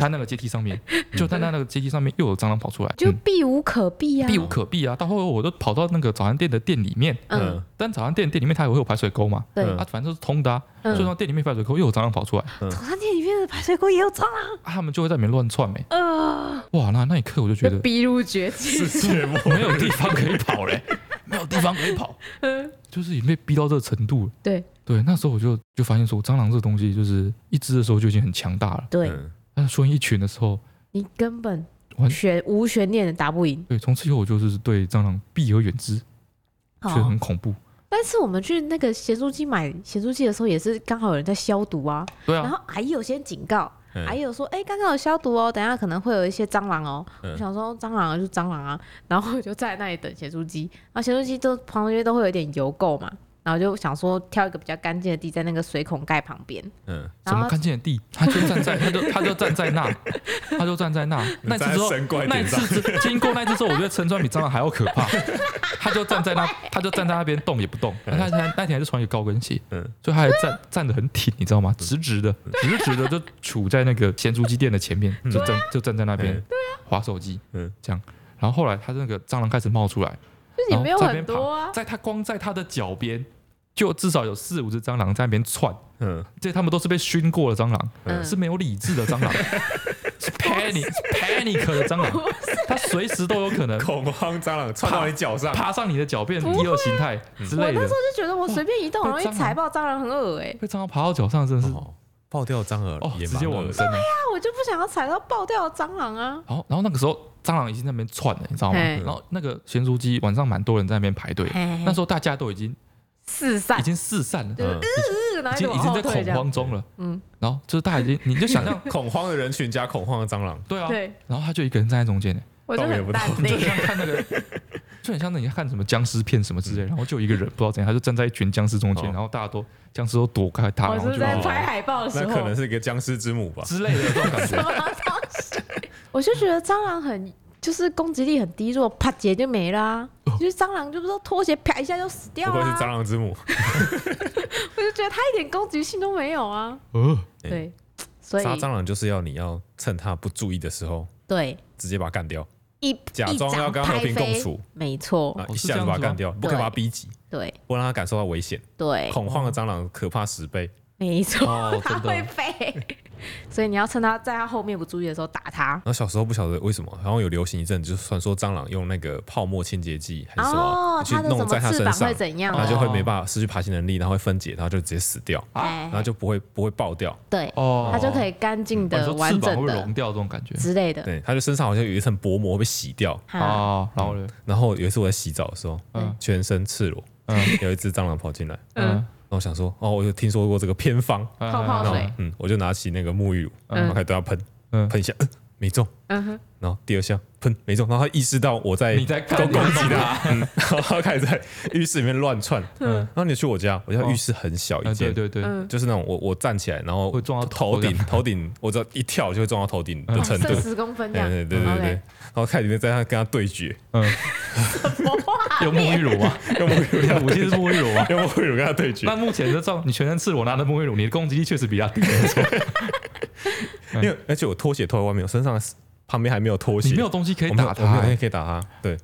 他那个阶梯上面，就在他那个阶梯上面又有蟑螂跑出来，
就
嗯
避无可避啊，
避无可避啊！到后来我都跑到那个早餐店的店里面，
嗯，
嗯
但早餐店店里面它也会有排水沟嘛，
对
嗯
啊，反正都是通的、啊，
嗯
所以说店里面排水沟又有蟑螂跑出来，
早餐店里面的排水沟也有蟑螂，
啊，他们就会在里面乱窜呗。
呃，
哇，那那一刻我就觉得
逼入绝境， *laughs*
界末
没有地方可以跑嘞，没有地方可以跑，
嗯
就是已经被逼到这个程度了。
对
对，那时候我就就发现说，蟑螂这个东西就是一只的时候就已经很强大了，
对
嗯
但是出现一群的时候，
你根本
完
悬无悬念的打不赢。
对，从此以后我就是对蟑螂避而远之，觉得
哦
很恐怖。
但是我们去那个咸酥鸡买咸酥鸡的时候，也是刚好有人在消毒啊，
对
然
啊，
后阿姨有先警告，
嗯
阿姨有说，哎、刚刚有消毒哦，等一下可能会有一些蟑螂哦。
嗯
我想说蟑螂啊，就蟑螂啊， *laughs* 然后我就在那里等咸酥鸡，然后咸酥鸡都旁边都会有一点油垢嘛，然后就想说挑一个比较干净的地，在那个水孔盖旁边，
嗯，
怎
然
么
后
看见的地，他就站在，他就他就站在那，他就站在那。那次之后
在神怪，
那一
点上
次之经过那一次之后，我觉得陈川比蟑螂还要可怕。他就站在那，他就站在那边动也不动。那天那天还是穿一个高跟鞋，
嗯
所以他还站站得很挺，你知道吗？直直的，直直的就杵在那个咸猪鸡店的前面，就站就站在那边，对啊，划手机，嗯
嗯，
这样。然后后来他那个蟑螂开始冒出来，
就
然
也
后
没有
在那边
很多啊
爬，在他光在他的脚边，就至少有四五只蟑螂在那边窜。
嗯
这他们都是被熏过的蟑螂，
嗯
是没有理智的蟑
*laughs*
螂，是 panic 是 panic 的蟑螂，它随时都有可
*laughs*
能
恐慌蟑螂窜到你脚上，
爬上你的脚，变成第二形态之
啊我
类
那
的
时候。就觉得我随便移动，
哇
容易
被蟑螂
踩爆蟑螂，很恶哎、
被蟑螂爬到脚上，真的是
哦爆掉蟑螂
哦，
也
直
蛮
接
恶
往
的
生了。
啊那我就不想要踩到爆掉的蟑螂啊。
然后，然后那个时候蟑螂已经在那边窜了，你知道吗？
嘿
然后那个咸酥鸡晚上蛮多人在那边排队的，
嘿嘿
那时候大家都已经
四散
哎已，经四散了，
就是
嗯
呃，然
已经
后就
已
往
经
后
在
退
恐
这样。
慌中了。
嗯，
然后就是大家已经，你就想
*laughs*
象
恐慌的人群加恐慌的蟑螂，
对啊，
对，
然后他就一个人站在中间，
我就
动也
很
不
淡
动
定
就。像看那个，就很像那你看什么僵尸片什么之
嗯
类，然后就有一个人不知道怎样，他就站在一群僵尸中间，
哦
然后大家都僵尸都躲开他，
我
然后
就是
就
在
哦
拍海报的
那
时
可能
候，
是一个僵尸之母吧？
之类的这种感
*laughs*
觉。
我就觉得蟑螂很就是攻击力很低弱，啪姐就没啦、就是蟑螂就是说拖鞋啪一下就死
哦不
掉
愧
啦、
是蟑螂之母，
我就觉得它一点攻击性都没有啊。
呃，
哎
对，所以
杀蟑螂就是要你要趁它不注意的时候，
对
直接把它干掉，
一
假装要跟它和平共，处
一掌拍飞没错
啊，
哦
一
是
下
这样
子把它
子吗
干掉，不可以把它逼急，
对
不让它感受到危险。
对，
恐慌的蟑螂可怕十倍，
没错，
哦，
它
真
会
的，
飞。所以你要趁他在他后面不注意的时候打他。
然后小时候不晓得为什么，好像有流行一阵，就是传说蟑螂用那个泡沫清洁剂还是什么
哦，
去
他的什
弄在
么
它
翅
身
膀
上
会，怎样
它就
的？
会没办法失去爬行能力，然后会分解，然后就直接死掉，
哎
然后就不会不会爆掉。
对，
哦，
他就可以干净
哦你
的、
说
完
翅膀
整
会
的
融掉这种感觉
之类的。
对，它就身上好像有一层薄膜被洗掉。
啊，
哦，然后呢，
然后有一次我在洗澡的时候，
嗯
全身赤裸，
嗯
*laughs* 有一只蟑螂跑进来，
嗯
然后我想说，哦，我有听说过这个偏方，
嗯
泡泡
然后
水
嗯，我就拿起那个沐浴乳，
嗯
然后开始对它喷，
嗯
喷一下，呃没中，
嗯哼，
然后第二下喷没中，然后他意识到我在
你在
攻
看
攻
他
击他，嗯然后他开始在浴室里面乱窜。
嗯哦
然后你去我家，我家浴室很小一
啊
*laughs*
对
间，
对对，
嗯，
就是那种我我站起来，然后
会撞到
头
头
顶，头顶我只要一跳就会撞到头顶的
嗯
程度
剩。十公分这
对
样。
对对对对，然后看里面在他跟他对决，
嗯，
*laughs*
用沐浴乳啊吗？
用沐浴乳，
我记得是沐浴乳吗？
用沐浴乳跟他对决
那，目前的状，你全身赤裸拿的沐浴乳，你的攻击力确实比较低，没错
因为而且我拖鞋脱在外面，我身上旁边还没有拖鞋，
你没有东西可以
我没有
打
我没
他
有东西
欸。
可以打他。对，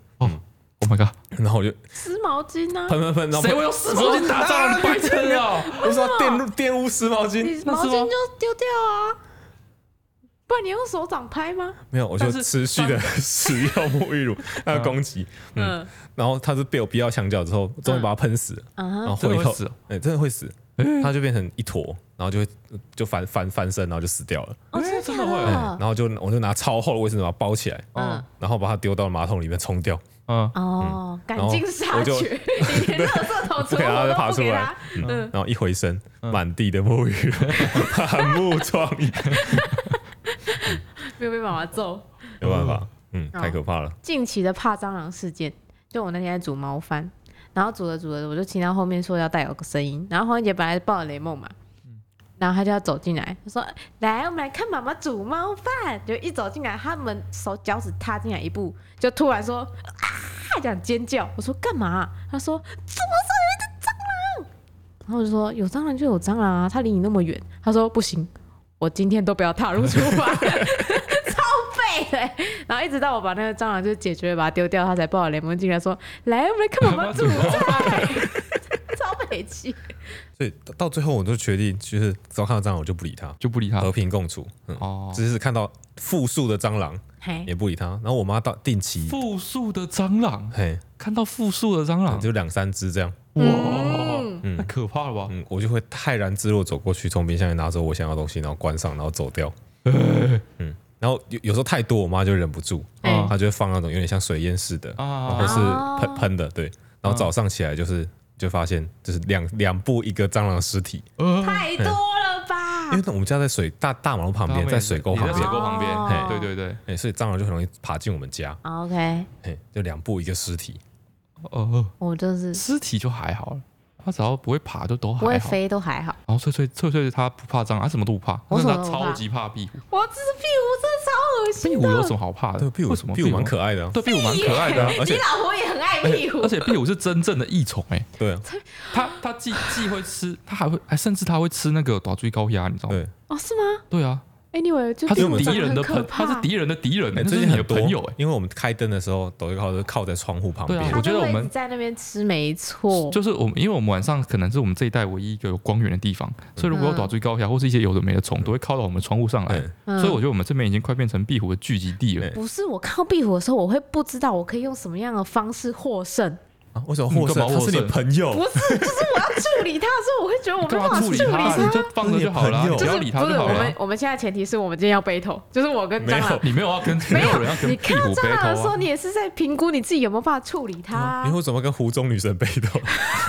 Oh my god！
然后我就
湿毛巾啊呢？
喷喷喷，然后
谁
喷
会用死毛巾打蟑螂？白痴哦！
我说要玷污玷污湿毛巾，
你毛巾就丢掉啊，不然你用手掌拍吗？
没有，我就
但是
持续的 *laughs* 使用沐浴乳，还有攻击，嗯，
嗯
然后他是被我逼到墙角之后，终于把他喷死了，
嗯
然
哼，
后
真
回
的
头
会死哦，
哎，真的会死，他就变成一坨，然后就会就翻翻翻身，然后就死掉了，哎
哦，真的
真
假
的会
的
然？后就我就拿超厚的卫生纸把它包起来，
嗯
然后把它丢到马桶里面冲掉，
*laughs* 嗯，
哦，赶
然后
尽杀
我就
绝， *laughs* 你连垃圾桶
不
出
给它再
我都
爬
不
出
给
来
他。，
嗯，然后一回身，满地的沐浴乳，
*laughs*
满目疮痍，
没有被妈妈揍。
没办法，嗯，太可怕了，
近期的怕蟑螂事件，就我那天在煮猫饭，然后煮着煮着，我就听到后面说要带有个声音，然后黄一姐本来抱着雷梦嘛，然后她就要走进来，她说：“来，我们来看妈妈煮猫饭。”就一走进来，他们手脚趾踏进来一步，就突然说：“啊！”这样尖叫。我说：“干嘛？”她说：“怎么上有一只蟑螂？”然后我就说：“有蟑螂就有蟑螂啊，它离你那么远。”她说：“不行，我今天都不要踏入厨房。”超背的欸、然后一直到我把那个蟑螂就解决了，把它丢掉，他才抱着雷蒙进来说：“来，我们来看妈妈煮菜。”超北气，
所以到到最后我就决定，就是只要看到蟑螂我就不理它，
就不理他
和平共处，嗯。
哦。哎
只是看到复数的蟑螂
嘿，
也不理它。然后我妈到定期，
复数的蟑螂，
嘿，
看到复数的蟑螂，哦
就两三只这样，
哇，
嗯
那可怕了吧？
嗯，我就会泰然自若走过去，从冰箱里拿走我想要的东西，然后关上，然后
*laughs*
走掉。嗯，然后有有时候太多，我妈就忍不住，
哎、
啊
她就会放那种有点像水淹式的，
啊
或是
哦
喷喷的，对。然后早上起来就是就发现就是两两步一个蟑螂尸体，
呃，
太多了吧
啊
因为？我们家在水大大马路旁边，在水沟旁
你在水
边，
沟旁边，
哦
嘿对对对，
哎，所以蟑螂就很容易爬进我们家，
啊 OK，
哎，就两步一个尸体。
哦，
我就是
尸体就还好了，它只要不会爬就都
不会
还好。
飞都还好，
然后翠翠翠翠她不怕蟑螂，她什么都不怕，
我
但是
什么
她
都不怕
超级怕壁虎。
我这是屁股真的超恶
壁
心
虎哎有什
的。
么好怕的？
对，壁虎
呃为什么
壁虎蛮可爱的啊，
对壁虎蛮可爱的啊，
而且
你老婆也很爱屁股
而，且壁虎是真正的异虫哎，
对啊，
它它既既会吃，它还会还哎甚至它会吃那个打醉高压，你知道吗？
对。
哦是吗
对啊，
？Anyway，就
它
屁
是
股
敌
长得
人的
很可
朋，
怕，
它是敌人的敌人，欸那
哎、最
是
近
你
很
的
多
朋友哎。
因为我们开灯的时候，抖音号都靠在窗户旁边。
对啊
它
我觉得
就会
我们
一直在那边吃没错，
就是我们，因为我们晚上可能是我们这一带唯一一个有光源的地方，所以如果有打最高压或是一些有的没的虫，都会靠到我们窗户上来。
嗯
嗯
所以我觉得我们这边已经快变成壁虎的聚集地了
对。
不是我看到壁虎的时候，我会不知道我可以用什么样的方式获胜。
啊，为什么
你
获
干
胜？
嘛
他是
获
你
胜
朋友，
不是，就是我要处理它的时候，我会觉得我
你
没
干嘛
办法
处
处
理
理它。
它？你就放着就好了，啊
这是你的朋
你不要理它
友
就是不
就是好
我
了
们。我们现在前提是我们今天要 battle，就是我跟蟑
没
螂
有。
你没有要跟没
没
有人要跟
你
壁
看
虎
到蟑螂
battle
的时候，
啊。
你也是在评估你自己有没有办法处理它啊、
你为什么跟湖中女神 battle？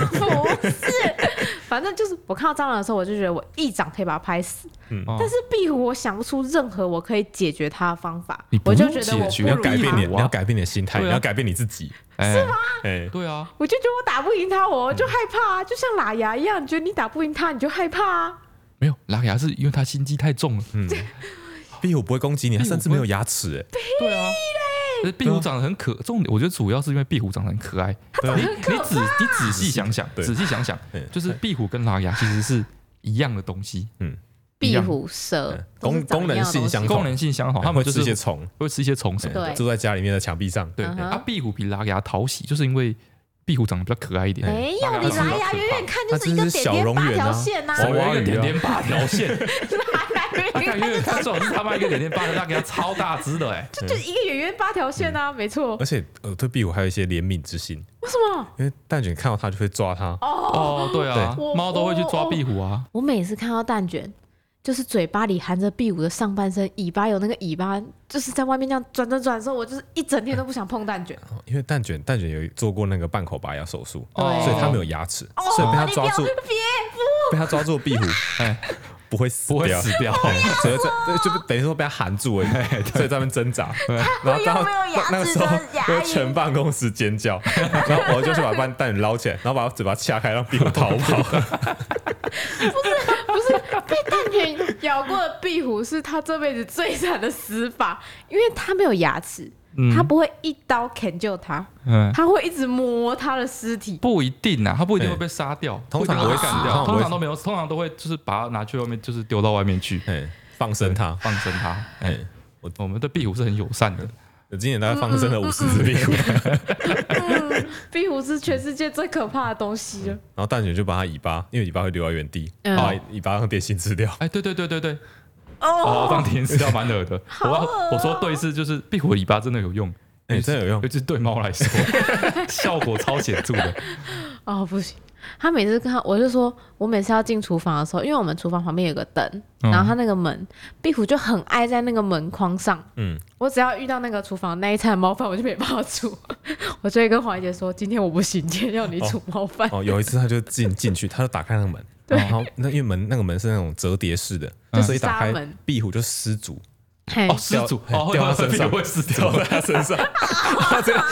不是， *laughs* 反正就是我看到蟑螂的时候，我就觉得我一掌可以把它拍死。
哦
但是壁虎，我想不出任何我可以解决它的方法
你，不
我
用
就觉得我
解决
你
不如
要改变
它
你，
啊
你要改变你的心态，
对啊
你要改变你自己。
是吗？
哎、
对啊，
我就觉得我打不赢它，我就害怕啊，就像喇牙一样，你觉得你打不赢它，你就害怕啊。
没有拉牙是因为它心机太重了。
壁嗯虎不会攻击你，
壁
它
虎
甚至
不
没
会
有牙齿、哎，
对啊，呃壁虎长得很 *laughs* 可，重点我觉得主要是因为壁虎长得很可爱。
对啊
你你仔你仔细想想，
对
仔细想想
嗯，
就是壁虎跟拉牙其实是一样的东西，一
壁
样
虎、蛇
嗯，
都是
功功
长
能
一样的
性
东西
相同，
功能性相同，
哎
它们
会
就
吃
是
一些虫，
会吃一些虫什
哎
么的。
对
住在家里面的墙壁上。哎
对，
嗯哼
啊，壁虎比拉牙讨喜，就是因为壁虎长得比较可爱一点。
没有，
拉
你
牙
来哎呀，远远看就是一个
它只是
点
小
点
蝾
八
螈啊
条线呐、
少
小
*laughs*
了一个点点八条线，
来呀，远
它
远
看因为这种是他妈一个脸脸巴掌大，给他超大只的
*laughs*
哎、
就一个圆圆八条线啊，没错
而。且呃，对壁虎还有一些怜悯之心，
为什么？
因为蛋卷看到它就会抓它。
哦，对啊，
对
猫都会去抓壁虎啊。
我每次看到蛋卷，就是嘴巴里含着壁虎的上半身，尾巴有那个尾巴，就是在外面这样转转转的时候，我就是一整天都不想
*laughs*
碰蛋卷。
哦因为蛋卷蛋卷有做过那个半口拔牙手术，
哦
所以它没有牙齿，所以被它抓
哦
住，被它抓住的壁虎
哎，
不会死
不会
掉，
死掉。
只会在对就等于说被它含住
*laughs*
而已，所以在那边挣扎，然后到
没有牙齿
那个时候
的牙，龈
就全办公室尖叫，
*laughs*
然后我就去把蛋蛋卷捞起来，然后把它嘴巴掐开，让壁虎逃
*laughs*
跑。
不是被蛋卷咬过的壁虎是他这辈子最惨的死法，因为他没有牙齿，他不会一刀砍救他，
嗯，
他会一直磨他的尸体。
不一定啊，它不一定会被杀掉，
通常
不一定会
不会
干
死
掉，
通
通
常不会
常都没有，通常都会就是把它拿去外面，就是丢到外面去，
哎，放生它，
放生它。哎
哎，
我我们对壁虎是很友善
*laughs*
的。
我今年大概放生了五十
嗯
只壁虎，
壁虎是全世界最可怕的东西了。
然后蛋卷就把它尾巴，因为尾巴会留在原地，
嗯
把它尾巴当点心吃掉。
哎，对对对对对，
哦，
哦，当天吃掉蛮恶
*laughs*
的。我要我说对是就是壁虎尾巴真的有用，
哦哎，真的有用
尤，其是对猫
*laughs*
来说，效果超显著
哎
的。
哦，不行。他每次看我就说，我每次要进厨房的时候，因为我们厨房旁边有个灯，
嗯
然后他那个门，壁虎就很爱在那个门框上。
嗯，
我只要遇到那个厨房那一餐的猫饭，我就没办法煮， *laughs* 我就会跟黄怡姐说，今天我不行，今天要你煮猫饭。
哦，有一次他就进进去，他就打开那个门，然后那因为门那个门是那种折叠式的，
嗯
所以打开
纱门
壁虎就失足
嘿
哦，失主
掉哎
哦，会
掉
会
到身
会壁
上
虎会失主
掉。在他身上， *laughs* 他这样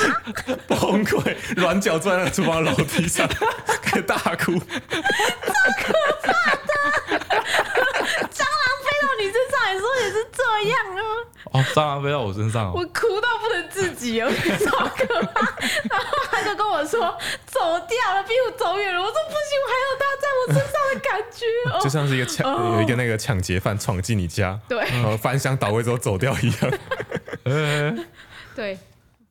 崩溃，软脚坐在那个厨房楼梯上，开始大哭。
哦飞到 *laughs* 你身上，你说也是这样啊？
哦，蟑螂飞到我身上
我
哦，
哭到不能自己，哦我觉得好可怕。 *laughs* 然后他就跟我说走掉了，壁虎走远了。我说不行，我还有它在我身上的感觉。哦
就像是一个抢
哦
有一个那个抢劫犯闯进你家，
对
然后翻箱倒柜之后走掉一样。
哎
对，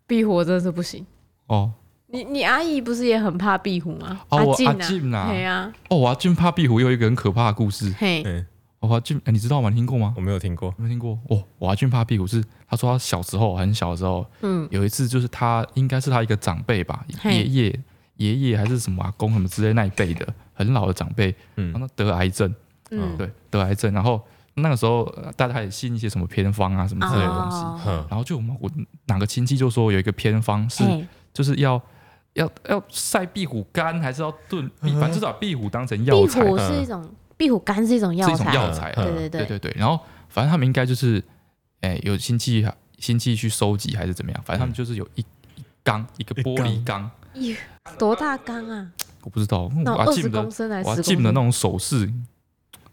壁虎我真的是不行。
哦
你你阿姨不是也很怕壁虎吗？
哦我
静
阿静啊
对啊，
哦，我阿俊怕壁虎有一个很可怕的故事。
嘿，
嗯，
我阿俊，哎你知道吗？你听过吗
我？没有听过。
有没有听过？哦，我阿俊怕壁虎是，他说他小时候很小的时候，
嗯，
有一次就是他应该是他一个长辈吧，
嘿
爷爷爷爷还是什么阿公什么之类那一辈的，很老的长辈，
嗯
然后得癌症，
嗯
对，得癌症，然后那个时候呃大家也信一些什么偏方啊什么之类的东西，
哦
嗯，
然后就我们我哪个亲戚就说有一个偏方是
嘿
就是要要要晒壁虎干，还是要炖壁，反正就是把壁虎当成药
嗯壁
材，呃
虎是一种壁虎肝是一种药
是一种
材，
药材，啊
嗯
对
对对
对对。然后反正他们应该就是，哎，有亲戚亲戚去收集还是怎么样，反正他们就是有一一缸一个玻璃缸，
对，多大缸啊？
我不知道，
那
我
种
阿
二
进
十
的
公升还
我
是
阿
十
进
公
的
升
那？种手势，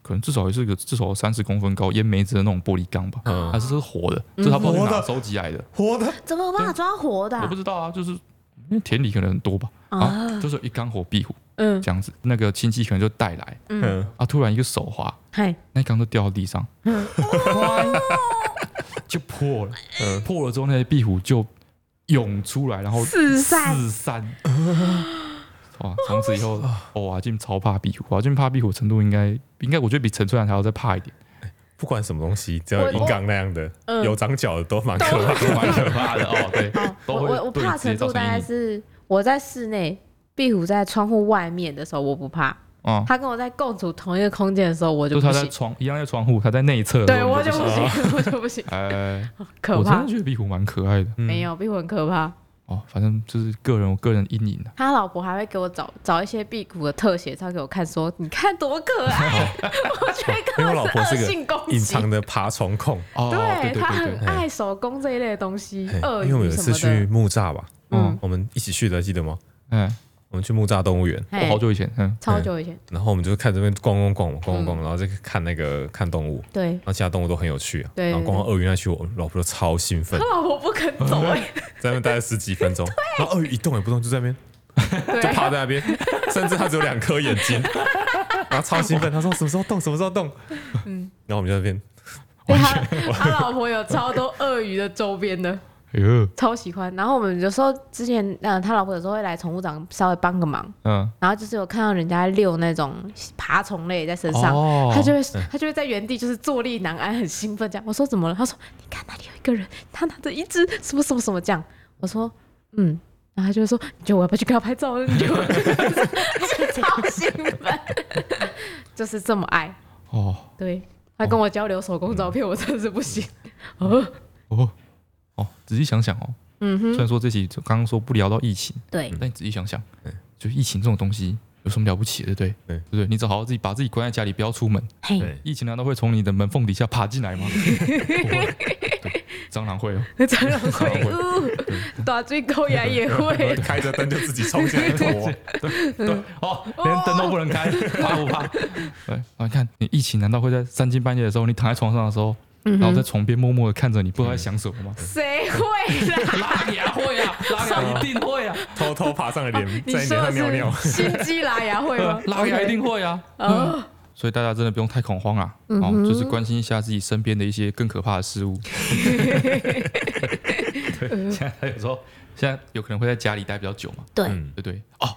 可能至少也是个至少三十公分高烟梅子的那种玻璃缸吧，
嗯
还是是活的，就是他不知道去哪收集来的，
活的，
怎么有办法抓活的啊
我不？知道啊，就是因为田里可能很多吧，啊，
啊
就是有一缸活壁虎
嗯
这样子，那个亲戚可能就带来，
嗯，
嗯，
啊，突然一个手滑，
嘿，
那缸就掉到地上，
嗯
*laughs* 就破了。
嗯
破了之后，那些壁虎就涌出来，然后
四散
四散。
*gasps*
哇！从此以后，哦，瓦进超怕壁虎，瓦进怕壁虎程度应该应该，我觉得比陈春兰还要再怕一点，
不管什么东西，只要有
我
银缸那样的，
嗯
有长角的都蛮可怕的。
都蛮可怕的哦。
*laughs*
对，都
我
会
我我
对你
怕
直接
程
造
度
成
大
阴
概
影。
是我在室内，壁虎在窗户外面的时候我不怕，
嗯，
它跟我在共处同一个空间的时候我
就
就是
他
不
在
行，
窗一样在窗户，他在内侧的时
对
候，
我
你
就
就
不
是。
行，我就不行，
哎，
可
我真
怕
的。觉得壁虎蛮可爱的
嗯
没有壁虎很可怕，
哦，反正就是个人我个人阴影啊。
他老婆还会给我找找一些壁虎的特写照给我看，说你看多可爱，
*laughs*
我觉得
因为
根
我
本
老婆
恶
是
性攻
个
击
隐。藏啊的爬虫控，
哦，对
对
对
他
对
很
对，
爱手工这一类的东西
嘿，
鳄
因为我们有
鱼
一
什
次
么
去
的。
木栅吧，
嗯，
我们一起去的，记得吗？
嗯，
我们去木栅动物园，
我
嘿
好久以前，嗯，
超久以前，
然后我们就看这边逛逛逛逛逛
嗯
逛，然后再看那个看动物，
对
然后其他动物都很有趣啊。
对
然后逛到鳄鱼那区，我老婆就超兴
*laughs*
奋
他，老婆不肯
*laughs*
走，哎
在那边待了十几分钟，然后鳄鱼一动也不动，就在那边就
对，
趴在那
*laughs*
边，甚至它只有两颗眼睛，然后超兴
*laughs*
奋，他说什么时候动，什么时候动，嗯，然后我们就在那边 *laughs*
对他他老婆有超多鳄鱼的周边的，
哎呦，
超喜欢。然后我们有时候之前，嗯、他老婆有时候会来宠物长稍微帮个忙，
嗯，
然后就是有看到人家遛那种爬虫类在身上，
哦
他就会他就会在原地就是坐立难安，很兴奋这样。我说怎么了？他说你看那里有一个人，他拿着一只什么什么什么这样。我说嗯，然后他就会说你觉得我要不要去跟他拍照？我说你觉得我要不要去跟他拍照超兴奋，就是这么爱。
哦
对他跟我交流手工照片，我真的是不行。哦，
哦哦，仔细想想哦，
嗯
虽
哼，
然说这期刚刚说不聊到疫情，
对
但你仔细想想
嗯，
就疫情这种东西有什么了不起的，对不对？
对
对不对？你只好好自己把自己关在家里，不要出门。
嘿，
对，，
疫情难道会从你的门缝底下爬进来吗？不会，对，蟑螂会哦，
蟑螂会 *laughs* 呜，打追狗牙也会
*laughs* 开着灯就自己冲
*laughs*
进来拖，
哦，连灯都不能开，怕不怕？对，啊，你看你疫情难道会在三更半夜的时候，你躺在床上的时候，然后在床边默默的看着你，不知道在想什么吗？
谁会啦？
拉牙会啊，拉牙一定会啊，？
偷偷爬上了脸，
哦你
在你脸
说
上
的
尿尿。
是心机拉牙会吗
*laughs* 拉牙一定会啊。嗯
哦，
所以大家真的不用太恐慌啊，哦，就是关心一下自己身边的一些更可怕的事物。 *laughs* 对，现在有时候现在有可能会在家里待比较久嘛，
对，
嗯
对不对？哦，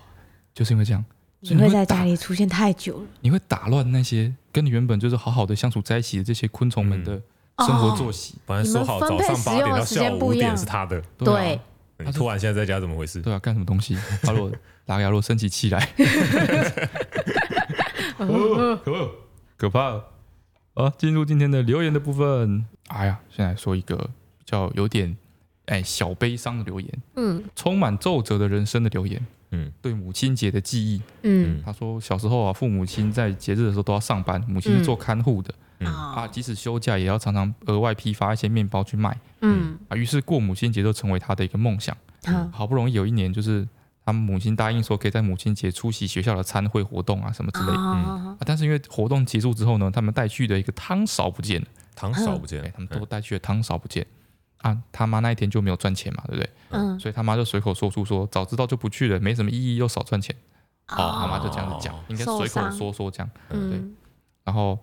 就是因为这样，所以
你会在
打
家里出现太久了，
你会打乱那些跟你原本就是好好的相处在一起的这些昆虫们的生活作息。
本来说好早上八点到下午五点是他的，
哦
对啊，
你突然现在在家怎么回事？
对啊，干什么东西？他 *laughs* 如果拉牙，如果生起气来， *laughs* 哦哦可怕了。好，进入今天的留言的部分。哎呀，先来说一个比较有点哎小悲伤的留言，
嗯
充满皱褶的人生的留言。
嗯，
对母亲节的记忆，
嗯，
他说小时候啊，父母亲在节日的时候都要上班，母亲是做看护的、
嗯
啊，即使休假也要常常额外批发一些面包去卖。
嗯，
啊，于是过母亲节就成为他的一个梦想。
好，
好不容易有一年，就是他母亲答应说可以在母亲节出席学校的餐会活动啊什么之类的、
啊
啊，但是因为活动结束之后呢，他们带去的一个汤勺不见了，
糖少不见
对，
了
嗯
嗯
他们都带去的汤勺不见。啊，他妈那一天就没有赚钱嘛，对不对？
嗯，
所以他妈就随口说出说，早知道就不去了，没什么意义，又少赚钱。哦，他妈就这样子讲
哦，
应该
受
随口
伤
说说这样。对
嗯
然后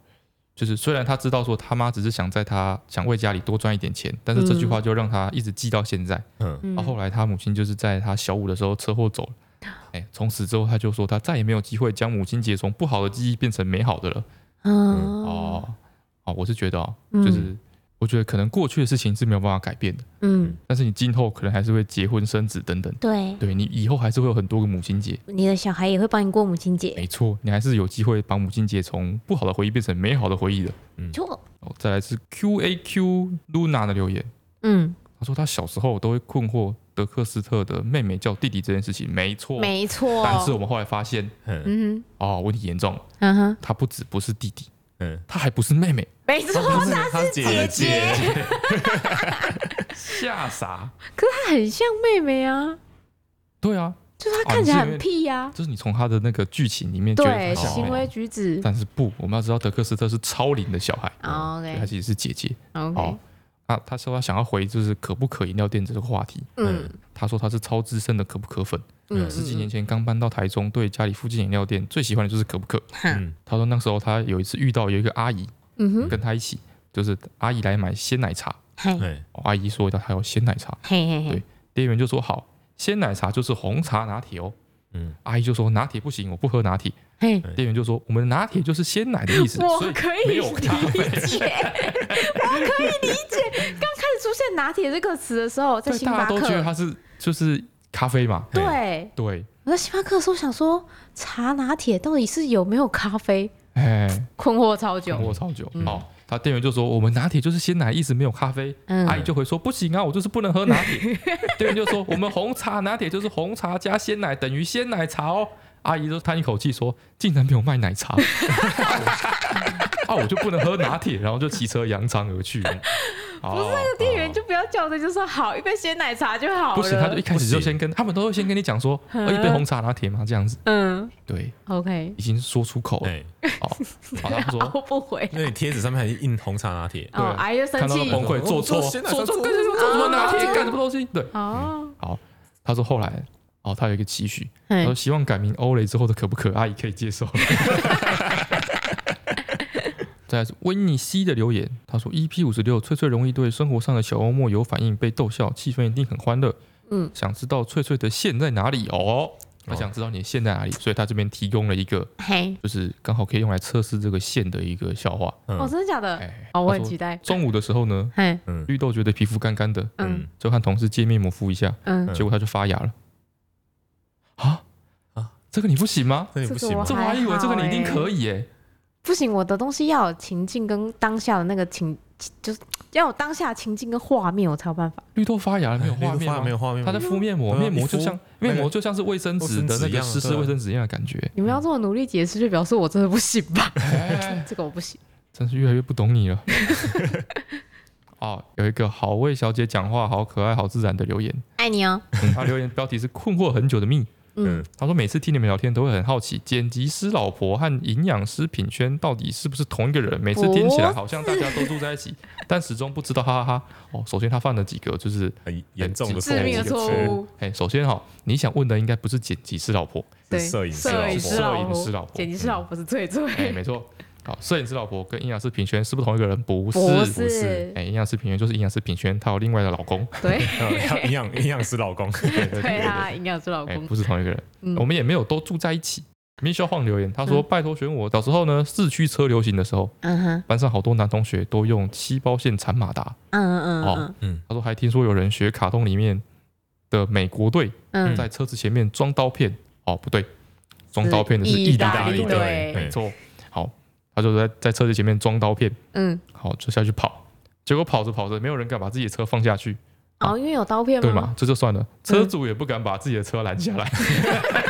就是虽然他知道说他妈只是想在他想为家里多赚一点钱，但是这
嗯
句话就让他一直记到现在。
嗯，
啊然后后来他母亲就是在他小五的时候车祸走了。哎，从此之后他就说他再也没有机会将母亲节从不好的记忆变成美好的了。
嗯
哦，哦，我是觉得哦，
嗯
就是我觉得可能过去的事情是没有办法改变的，
嗯，
但是你今后可能还是会结婚生子等等，
对，
对你以后还是会有很多个母亲节。
你的小孩也会帮你过母亲节，
没错，你还是有机会把母亲节从不好的回忆变成美好的回忆的。
错，
哦，再来是 Q A Q Luna 的留言，
嗯，
他说他小时候都会困惑德克斯特的妹妹叫弟弟这件事情，没错，哦
没错，
但是我们后来发现，
嗯
嗯
哦，问题严重了，
哼，嗯哼，
他不止不是弟弟，
嗯，
他还不是妹妹，
没错，
哦
她是姐姐，
吓傻。
她很像妹妹啊，
对啊，
就是她看起来很屁呀，
就是你从他的那个剧情里面觉得他
对，
像妹
行为
妹，
举止
哦但是不，我们要知道德克斯特是超龄的小孩，对他
，OK
其实是姐姐。哦
哦 OK，，
他他说他想要回就是可不可饮料店这个话题，
嗯
他说他是超资深的可不可粉，啊
嗯，
十几年前刚搬到台中，对家里附近饮料店最喜欢的就是可不可。
嗯
哼，
他说那时候他有一次遇到有一个阿姨
嗯哼，
跟他一起，就是阿姨来买鲜奶茶，
嘿嘿
哎，
哦阿姨说她要鲜奶茶，
嘿嘿，
店员就说好，鲜奶茶就是红茶拿铁哦。
嗯，
阿姨就说拿铁不行，我不喝拿铁。
嘿。
店员就说我们拿铁就是鲜奶的意思，
我
所以
可以
没
理
有
解，
咖
我可
啡。
以理解。刚开始出现“拿铁”这个词的时候，在
对，
星
大
巴
家都觉得
克，
它是就是咖啡嘛。
对，
对，
我在星巴克的时候想说，茶拿铁到底是有没有咖啡？
哎，
困惑超久。
我超久。
嗯
好，他店员就说我们拿铁就是鲜奶，意思没有咖啡。
嗯
阿姨就回说不行啊，我就是不能喝拿
*laughs*
铁。店员就说我们红茶拿铁就是红茶加鲜奶等于鲜奶茶哦。阿姨就叹一口气说，竟然没有卖奶
*laughs*
茶。啊，我就不能喝拿铁，然后就骑车扬长而去。不
不是那个店员就不要叫的，就说好一杯鲜奶茶就好了。
不行，他就一开始
不
就
行
先跟他们都会先跟你讲说，呃，一杯红茶拿铁嘛，这样子。
嗯
对，
，OK，
已经说出口了。
哎，
哦，好，他们
*laughs*
说
熬哦不回。
那你贴纸上面还印红茶拿铁，
对
哦，阿姨就生
看到
气
他。崩溃，做错，
我
做
做
错，
做
做做什么拿铁，干什么东西？对，
哦，
好，他说后来，哦，他有一个期许，
嗯
他
嘿
说希望改名欧蕾之后的可不可阿姨可以接受。再来是维尼西的留言，他说 EP 五十六翠翠容易对生活上的小幽默有反应，被逗笑，气氛一定很欢乐。
嗯，
想知道翠翠的线在哪里哦？他想知道你的线在哪里，所以他这边提供了一个，
嘿，
就是刚好可以用来测试这个线的一个笑话。
嗯
哦，真的假的？
哎，
哦，我
他
很
说
期待。
中午的时候呢，
嘿，
绿豆觉得皮肤干干的，
嗯
嗯
就和同事借面膜敷一下，
嗯，
结果他就发芽了。啊
啊
啊，这个你不行吗？
那你不行吗
这
嗯这
个
我还欸以为这个你一定可以耶。
不行，我的东西要有情境跟当下的那个情，就是要有当下的情境跟画面，我才有办法。
绿豆发芽了，没有
哎那
画
个
面
画
吗
没？有画面吗，
他在敷面膜，
对啊
面膜
一敷
就像
那
面
个
膜就像是卫生纸的那
卫生纸一
个
样
湿湿
对啊
卫生纸一样的感觉。
你们要这么努力解释，就表示我真的不行
*laughs*
吧？
哎，
这个我不行。
真是越来越不懂 *laughs* 你了。哦，有一个好为小姐讲话，好可爱，好自然的留言。
爱你哦，
嗯她留言标题是“困惑很久的蜜
嗯，”。
她说每次听你们聊天都会很好奇，剪辑师老婆和营养师品轩到底是不是同一个人？每次听
哦
起来好像大家都住在一起， *laughs* 但始终不知道，哈哈哈。哦，首先他犯了几个就是
很严重的
致命的错误，
哎，首先哈、你想问的应该不是剪辑师老婆，
对，
摄影师
摄影师老
摄影师老
婆，
婆
剪辑师老婆是最最， *laughs*
哎，没错。好，摄影师老婆跟营养师品轩是不是同一个人？不是，
不
不
是
哎，营养师品轩就是哎营养师品轩，她有另外的老公。
对
营养营养师老公， *laughs*
对啊，营养师老
哎，
公
不，是同一个 *laughs* 人。
嗯
我们也没有都住在一起。Michelle 晃留言，他说：“拜托选我。小时候呢，四驱车流行的时候，
嗯哼，
班上好多男同学都用七包线缠马达。
嗯嗯嗯
哦
嗯，
嗯，
他说还听说有人学卡通里面的美国队，
嗯
在车子前面装刀片。哦，不对，装刀片的是意大利哎
意大利
队，
队
没错。好，他就在在车子前面装刀片，
嗯，
好就下去跑。结果跑着跑着，没有人敢把自己的车放下去，
哦，因为有刀片
对
吗
嘛？？这就算了，车主也不敢把自己的车拦下来。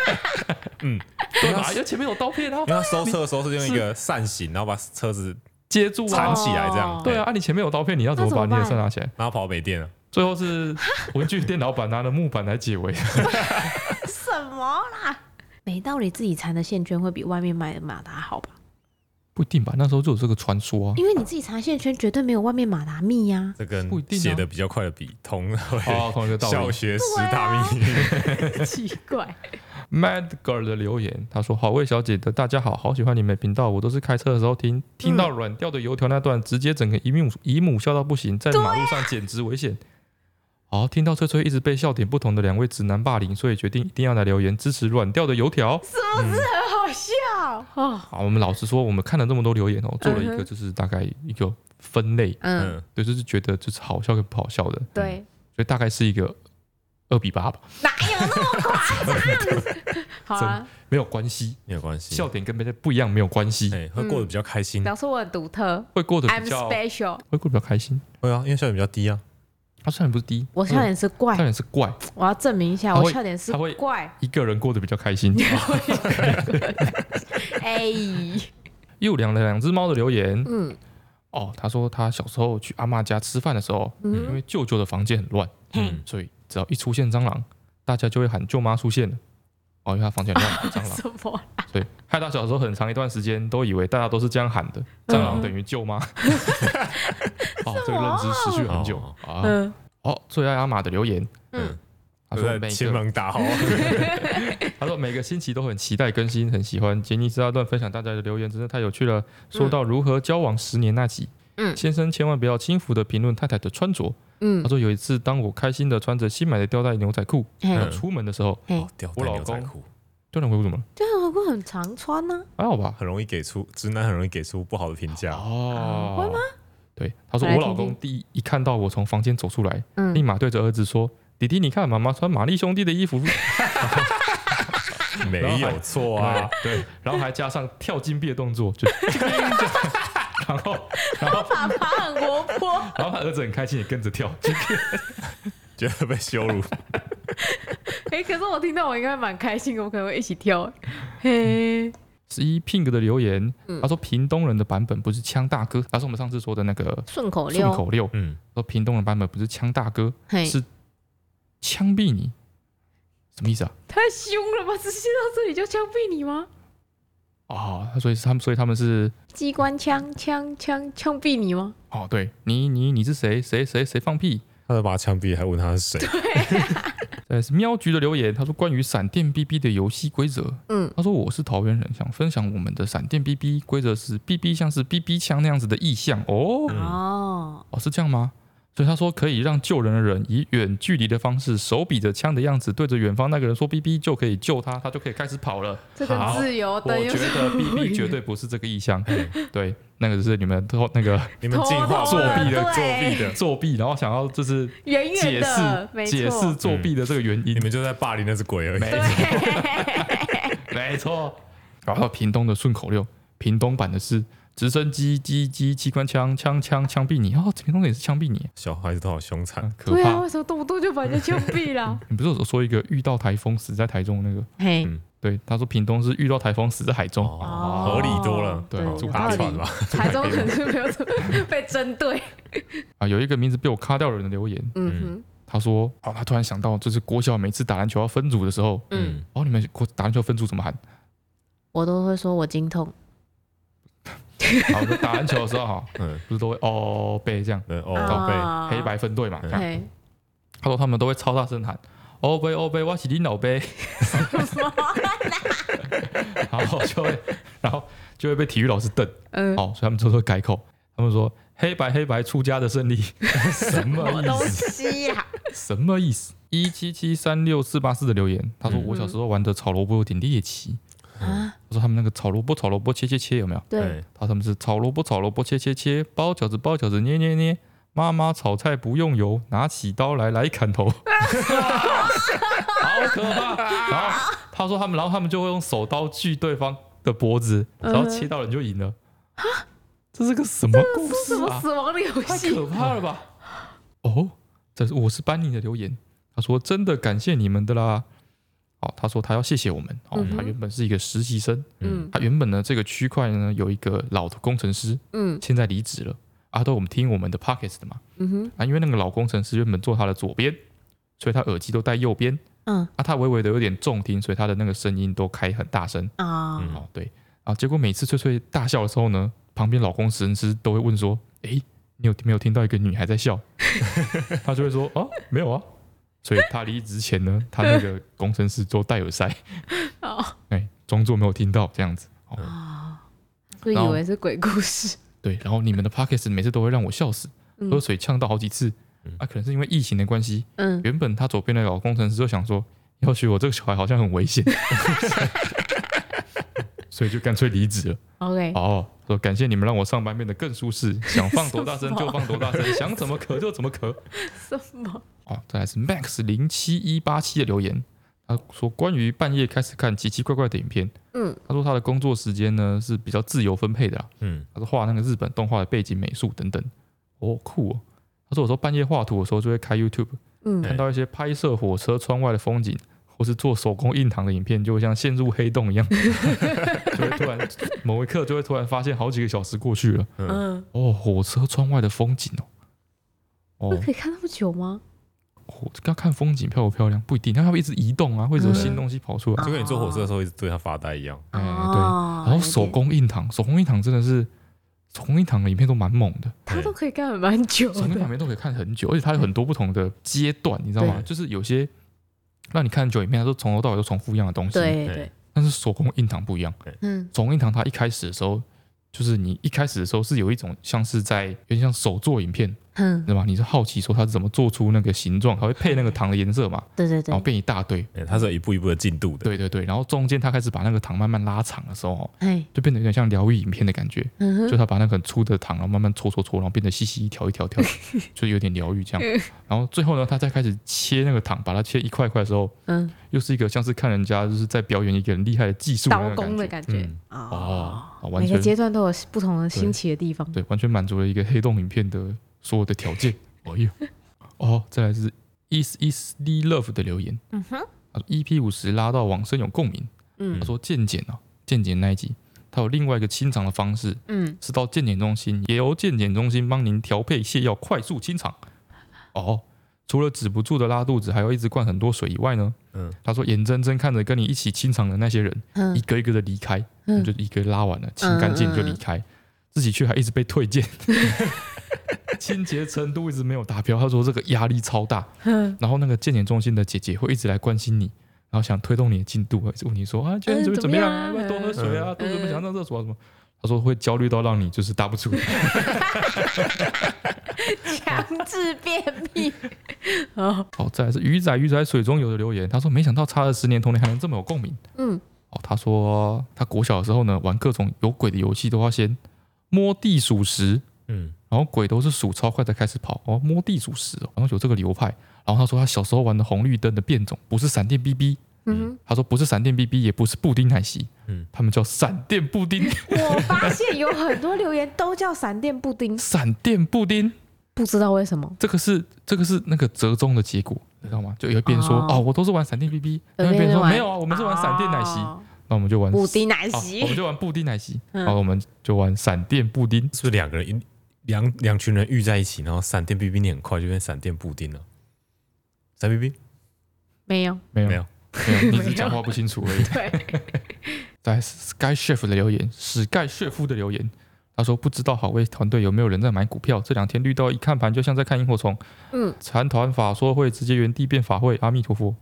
*laughs*
嗯，
对嘛？因为前面有刀片啊
因为，他收车的时候是用一个扇形，然后把车子
接住啊
缠。起来这样
哦，
对啊，，啊你前面有刀片，你要怎么把你的车拿起来？
然后跑没电了，
最后 *laughs* 是文具店老板拿了木板来解围。
什么啦？
没道理，自己缠的线圈会比外面买的马达好吧？
不一定吧？那时候就有这个传说啊。
因为你自己缠线圈绝对没有外面马达密呀、
这跟
不一定啊
写的比较快的比同
哦，同一个道
小
理。
学十大秘密，
*laughs* 奇怪，
Mad Girl 的留言，他说：“好味小姐的，大家好，好喜欢你们的频道，我都是开车的时候听，
嗯
听到软调的油条那段，直接整个姨母姨母笑到不行，在马路上简直危
啊
险。好，听到翠翠一直被笑点不同的两位直男霸凌，所以决定一定要来留言支持软调的油条。
好笑哦，
好，我们老实说，我们看了这么多留言哦，做了一
嗯
个
哼
就是大概一个分类，
嗯，
嗯，
对，就是觉得就是好笑跟不好笑的，
对，
所以大概是一个二比八吧，
哪有那么 *laughs* 夸张？好啊，
没有关系，
没有关系，
笑点跟别人不一样没有关系，
哎，会过得比较开心，
表示我很独特
会过得
，I'm
比较
special，
会过得比较开心。
会啊，因为笑点比较低啊，
他虽然不是低，
我笑点是怪
笑，点是怪，
我要证明一下，
嗯他会
我笑点是
他会
怪。
一个人过得比较开心。 *laughs*
哎，
又两了两只猫的留言
嗯
哦，他说他小时候去阿妈家吃饭的时候，因
嗯，
为舅舅的房间很乱，
嗯，
所以只要一出现蟑螂，大家就会喊舅妈出现了。哦，因为他房间很乱，有蟑
*laughs*
螂。
什么？
对，害到小时候很长一段时间都以为大家都是这样喊的，蟑螂等于舅妈。哦，这个认知持续很久
哦
啊。
嗯，
哦，最爱阿玛的留言，
嗯，
他
我
说
在
每
亲
个
门打吼，啊
*laughs*
他说每个星期都很期待更新，很喜欢杰尼斯阿段分享大家的留言，真的太有趣了。说到如何交往十年那集。
嗯
先生千万不要轻浮的评论太太的穿着。
嗯
他说有一次，当我开心的穿着新买的吊带牛仔裤
嗯
嘿
嗯
要出门的时候，
哦吊带
我老
牛仔
公
裤
吊带牛仔裤怎么了？
对啊，我很常穿啊呢。
还好吧？
很容易给出直男很容易给出不好的评价，
哦，
会吗？
对，他说
啊来
我
听
老公
听
第一一看到我从房间走出来，立
嗯，
马对着儿子说：“弟弟，你看妈妈穿玛丽兄弟的衣服。 *laughs*
没有错啊
哇，， *laughs* 对，然后还加上跳金币的动作，就，然后然后
爸爸很活泼，
然后他儿子很开心也跟着跳，
*laughs* 觉得被羞辱，
*laughs* 哎，可是我听到我应该蛮开心的，我可能会一起跳。嘿，
十一 pink 的留言，他说屏东人的版本不是枪大哥，他说我们上次说的那个
顺口
顺
溜，
口溜，
嗯，
说屏东人版本不是枪大哥，
嘿，
是枪毙你，什么意思啊？
太凶了吧！直接到这里就枪毙你吗？
哦，所以是他们，所以他们是
机关枪枪枪枪毙你吗？
哦，对你你你是谁谁谁谁放屁，
他都把他枪毙，还问他是谁，
再呃，是喵局的留言，他说关于闪电 BB 的游戏规则，
嗯，
他说我是桃园人，想分享我们的闪电 BB 规则是 BB 像是 BB 枪那样子的意象哦，
嗯
哦，
哦是这样吗？所以他说可以让救人的人以远距离的方式，手比着枪的样子对着远方那个人说 BB 就可以救他，他就可以开始跑了。
这个
好
自由
我
灯又
觉
是
得 BB 绝对不是这个意象，对，那个是你们偷那个
你们进化
偷偷的
作弊的作
对
弊的，
作弊，然后想要就是 *laughs*
远远
解
的，
释
没
解释
错，
作弊的这个原因
你。们就在霸凌那只鬼而已。
没没错。然后屏东的顺口溜，屏东版的是直升机、机机、机关枪、枪枪枪毙你。哦，屏东的也是枪毙你，
小孩子都好凶残
嗯，可
对啊，
怕。
为什么动不动就把人家枪毙了？
你不是有说一个遇到台风死在台中的那个？
*laughs* 嘿，
对，他说屏东是遇到台风死在海中。
哦合理多了哦
对
有
住
道
大
理
船吧，
台中可是没有什么被针对，
啊，有一个名字被我卡掉的人的留言，
嗯
他说：“哦，他突然想到，就是国小每次打篮球要分组的时候，
哼，嗯，，
哦，你们国打篮球分组怎么喊？ *laughs*
我都会说我经痛，
好，我们打篮球的时候哈，
嗯，
不是都会哦背这样，
对哦，
啊
宝贝，
黑白分队嘛，这样
嘿， *laughs*
他说他们都会超大声喊“哦杯哦杯，我是你老杯”， *laughs* 然后就会，然后就会被体育老师瞪。
嗯，
哦，所以他们偷偷改口，他们说“黑白黑白出家的胜利”， *laughs* 什么
什么
意
东
思？
西呀、
什么意思？一七七三六四八四的留言，他说
嗯
我小时候玩的炒萝卜有点猎奇。
啊，
他说他们那个炒萝卜炒萝卜切切切有没有？
对，
哎
他说他们是炒萝卜炒萝卜切切切，包饺子包饺子捏捏捏。妈妈炒菜不用油，拿起刀来来砍头，好可怕！然后他说他们，然后他们就会用手刀锯对方的脖子，然后切到人就赢了。这是个什么故
什
事
么
啊？
死亡的游
太
戏？
可怕了吧！哦，这是我是班尼的留言，他说真的感谢你们的啦。哦，他说他要谢谢我们。哦
嗯，哼
他原本是一个实习生，
嗯
他原本呢这个区块呢有一个老的工程师，
嗯
现在离职了。啊，都我们听我们的 Pockets 的嘛。
嗯哼，
啊，因为那个老工程师原本坐他的左边，所以他耳机都戴右边。
嗯
啊，他微微的有点重听，所以他的那个声音都开很大声。
啊，
嗯
哦，对。啊，结果每次翠翠大笑的时候呢，旁边老工程师都会问说：“诶，你有没有听到一个女孩在笑？” *laughs* 他就会说：“哦，没有啊。”所以他离职前呢，他那个工程师都戴耳塞，
哦
哎，装作没有听到这样子。哦，
啊，我
然
以
后
为是鬼故事，
对，然后你们的 Pockets 每次都会让我笑死，
嗯
喝水呛到好几次。啊，可能是因为疫情的关系，
嗯，
原本他左边的老工程师就想说，要许我这个小孩好像很危险， *laughs* 所以就干脆离职了。
OK，
哦，说感谢你们让我上班变得更舒适，想放多大声就放多大声，想怎么咳就怎么咳。
什么？
哦，再来是 Max 零七一八七的留言，他说关于半夜开始看奇奇怪怪的影片，
嗯，
他说他的工作时间呢是比较自由分配的啦，
嗯，
他是画那个日本动画的背景美术等等，哦酷哦。他说我说半夜画图的时候就会开 YouTube，
嗯
哎
看到一些拍摄火车窗外的风景，或是做手工印堂的影片，就会像陷入黑洞一样， *laughs* 就会突然某一刻就会突然发现好几个小时过去了。
嗯，
哦，火车窗外的风景哦，
那
哦
可以看那么久吗？
火要看风景漂不漂亮不一定，但它会一直移动啊，会有新东西跑出来。
就跟你坐火车的时候一直对他发呆一样。
哎、对，
哦
然后手，工印堂，手工印堂真的是。手工印堂的影片都蛮猛的，
他都可以干蛮久
手工印堂
的，
影片都可以看很久，而且它有很多不同的阶段，你知道吗？
对
就是有些让你看很久影片，它都从头到尾都重复一样的东西。
对
哎
对，
但是手工印堂不一样，
嗯
手工印堂它一开始的时候，就是你一开始的时候是有一种像是在有点像手做影片，
哼，
对吧？你是好奇说它是怎么做出那个形状，还会配那个糖的颜色嘛，
对对
然后
对，
变一大堆。
哎它是有一步一步的进度的。
对对对，然后中间它开始把那个糖慢慢拉长的时候哦，
哎，
就变得有点像疗愈影片的感觉，
嗯哼
就它把那个很粗的糖，然后慢慢搓搓搓，然后变得细细一条一条条，
*laughs*
就有点疗愈这
嗯
样。然后最后呢，它再开始切那个糖，把它切一块一块的时候，
嗯，
又是一个像是看人家就是在表演一个很厉害的技术的那
刀
个感
工的
觉。
感觉
嗯
哦
哦，，
啊完
每个
全
阶段都有不同的新奇的地方，
对，完全满足了一个黑洞影片的所有的条件。哎呦，哦，再来是 Is Is Lee Love 的留言，
嗯哼，
他说 EP 五十拉到往生有共鸣，
嗯
他说健检啊，健检那一集，他有另外一个清肠的方式，
嗯，
是到健检中心，也由健检中心帮您调配泻药，快速清肠。哦，除了止不住的拉肚子，还要一直灌很多水以外呢，
嗯
他说眼睁睁看着跟你一起清肠的那些人，
嗯
一个一个的离开，
嗯
你就一个拉完了，清干净就离开。自己去还一直被推
*laughs*
荐，清洁程度一直没有达标。他说这个压力超大，
嗯
然后那个健检中心的姐姐会一直来关心你，然后想推动你的进度，一直问你说啊，健检
嗯
怎么
怎
怎
么
么
样
样？
啊
要不要多喝水啊？肚子不想上厕所啊什么？他说会焦虑到让你就是答不出 *laughs* 来。
强制便秘。 *laughs* 哦，
好，再来是鱼仔鱼仔水中游的留言，他说没想到差了十年，童年还能这么有共鸣。
嗯，
哦，他说他国小的时候呢，玩各种有鬼的游戏都要先摸地数时，
嗯，
然后鬼都是数超快才开始跑，哦，摸地数时哦，然后有这个流派。然后他说他小时候玩的红绿灯的变种不是闪电 BB，
嗯
他说不是闪电 BB，也不是布丁奶昔，
嗯
他们叫闪电布丁，
哼，我发现有很多留言都叫闪电布丁，
闪电布丁，
不知道为什么。
这个是这个是那个折中的结果，你知道吗？就有一边说
哦
哦我都是玩闪电 BB，
有
然后一边
人
说
玩
没有啊，我
我
们是玩闪电奶昔，
哦
那我们就玩
布丁奶
哦我们
昔。
就哦玩布丁奶昔，
嗯
然后我们就玩闪电布丁，
是不是两个人一两两群人遇在一起，然后闪电 B B 你很快就变闪电布丁了？闪 B B
没有，
没有
没有，
没有，你只是讲话不清楚而已。
对，
在 Sky Chef 的留言，史盖谢夫的留言，他说不知道好味团队有没有人在买股票，这两天绿到一看盘就像在看萤火虫，
嗯，
缠团法说会直接原地变法会，阿弥陀佛。 *laughs*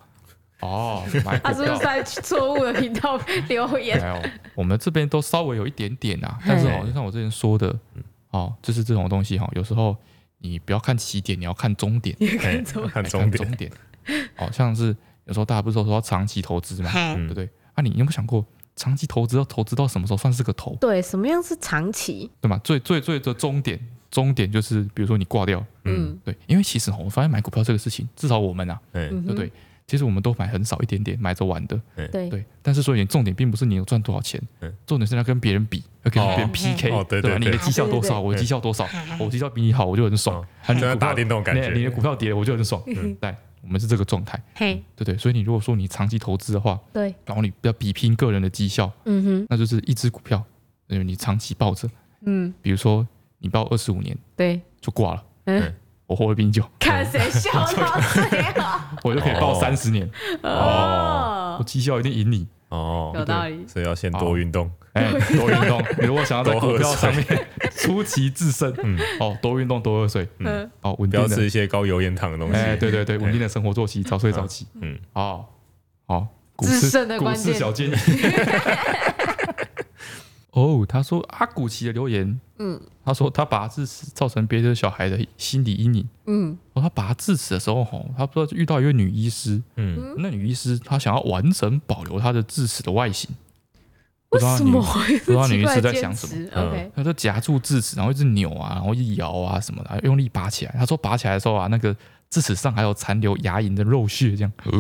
哦，买股
他是不是
票。啊
在错误的频道留言？
没有，我们这边都稍微有一点点啊，但是哦，
嘿
就像我之前说的，哦，就是这种东西哈、有时候你不要看起点，你要看终点。哎
看看
*laughs*
终
看
哎点，
终点，好像是有时候大家不是都说要长期投资嘛，
嘿
对不对？啊，你有没有想过，长期投资要投资到什么时候算是个头，
对，什么样是长期？
对吗？最最最的终点，终点就是比如说你挂掉，
嗯，
对，因为其实哦我发现买股票这个事情，至少我们啊，
嗯，
嗯
对不
哼，
对？其实我们都买很少一点点，买着玩的，
对，
对。但是所以你重点并不是你有赚多少钱
嗯，
重点是要跟别人比，要跟别人
哦
PK，
哦对对
吧？你
对
的绩效多少，
对嗯
我的绩效多少，我绩效比你好，我就很爽
哦。
啊你的
就像
股票
打电动感觉嗯
你的你的股票跌了，我就很
嗯
爽。对，我们是这个状态。
嘿，
对对，所以你如果说你长期投资的话，
对，
然后你要比拼个人的绩效，
嗯哼，
那就是一只股票，嗯，你长期抱着，
嗯，
比如说你抱二十五年
对，
就挂了，
嗯，
我活得比你久，
看谁笑到谁
*laughs*
好。
我就可以抱
哦
三十年，我
哦，
绩效一定赢
*laughs*
你。
有
哦，
道理。
所以要先多运动，
哎，多运动，你如果想要在
多喝
股票
水
上
*laughs*
面出奇制胜，
嗯
哦，多运动，多喝水，
嗯，
哦，稳
不
定
要吃
的，
一些高油盐糖的东西。
哎，对对对，稳定的生活作息，早睡早起，
嗯，
哦，好，股
制
市
胜的关键
股市小建
*laughs*
议。哦，他说阿古奇的留言，
嗯，
他说他把智齿造成别的小孩的心理阴影。
嗯，
哦，他拔智齿的时候，吼，他不知道就遇到一位女医师，
嗯，
那女医师她想要完整保留她的智齿的外形，不
为
知道
什
女
么？
知道女医师在想什么
么
嗯
？OK，
他就夹住智齿，然后一直扭啊，然后一直摇啊什么的，用力拔起来。他说拔起来的时候啊，那个智齿上还有残留牙龈的肉屑，这样。
呃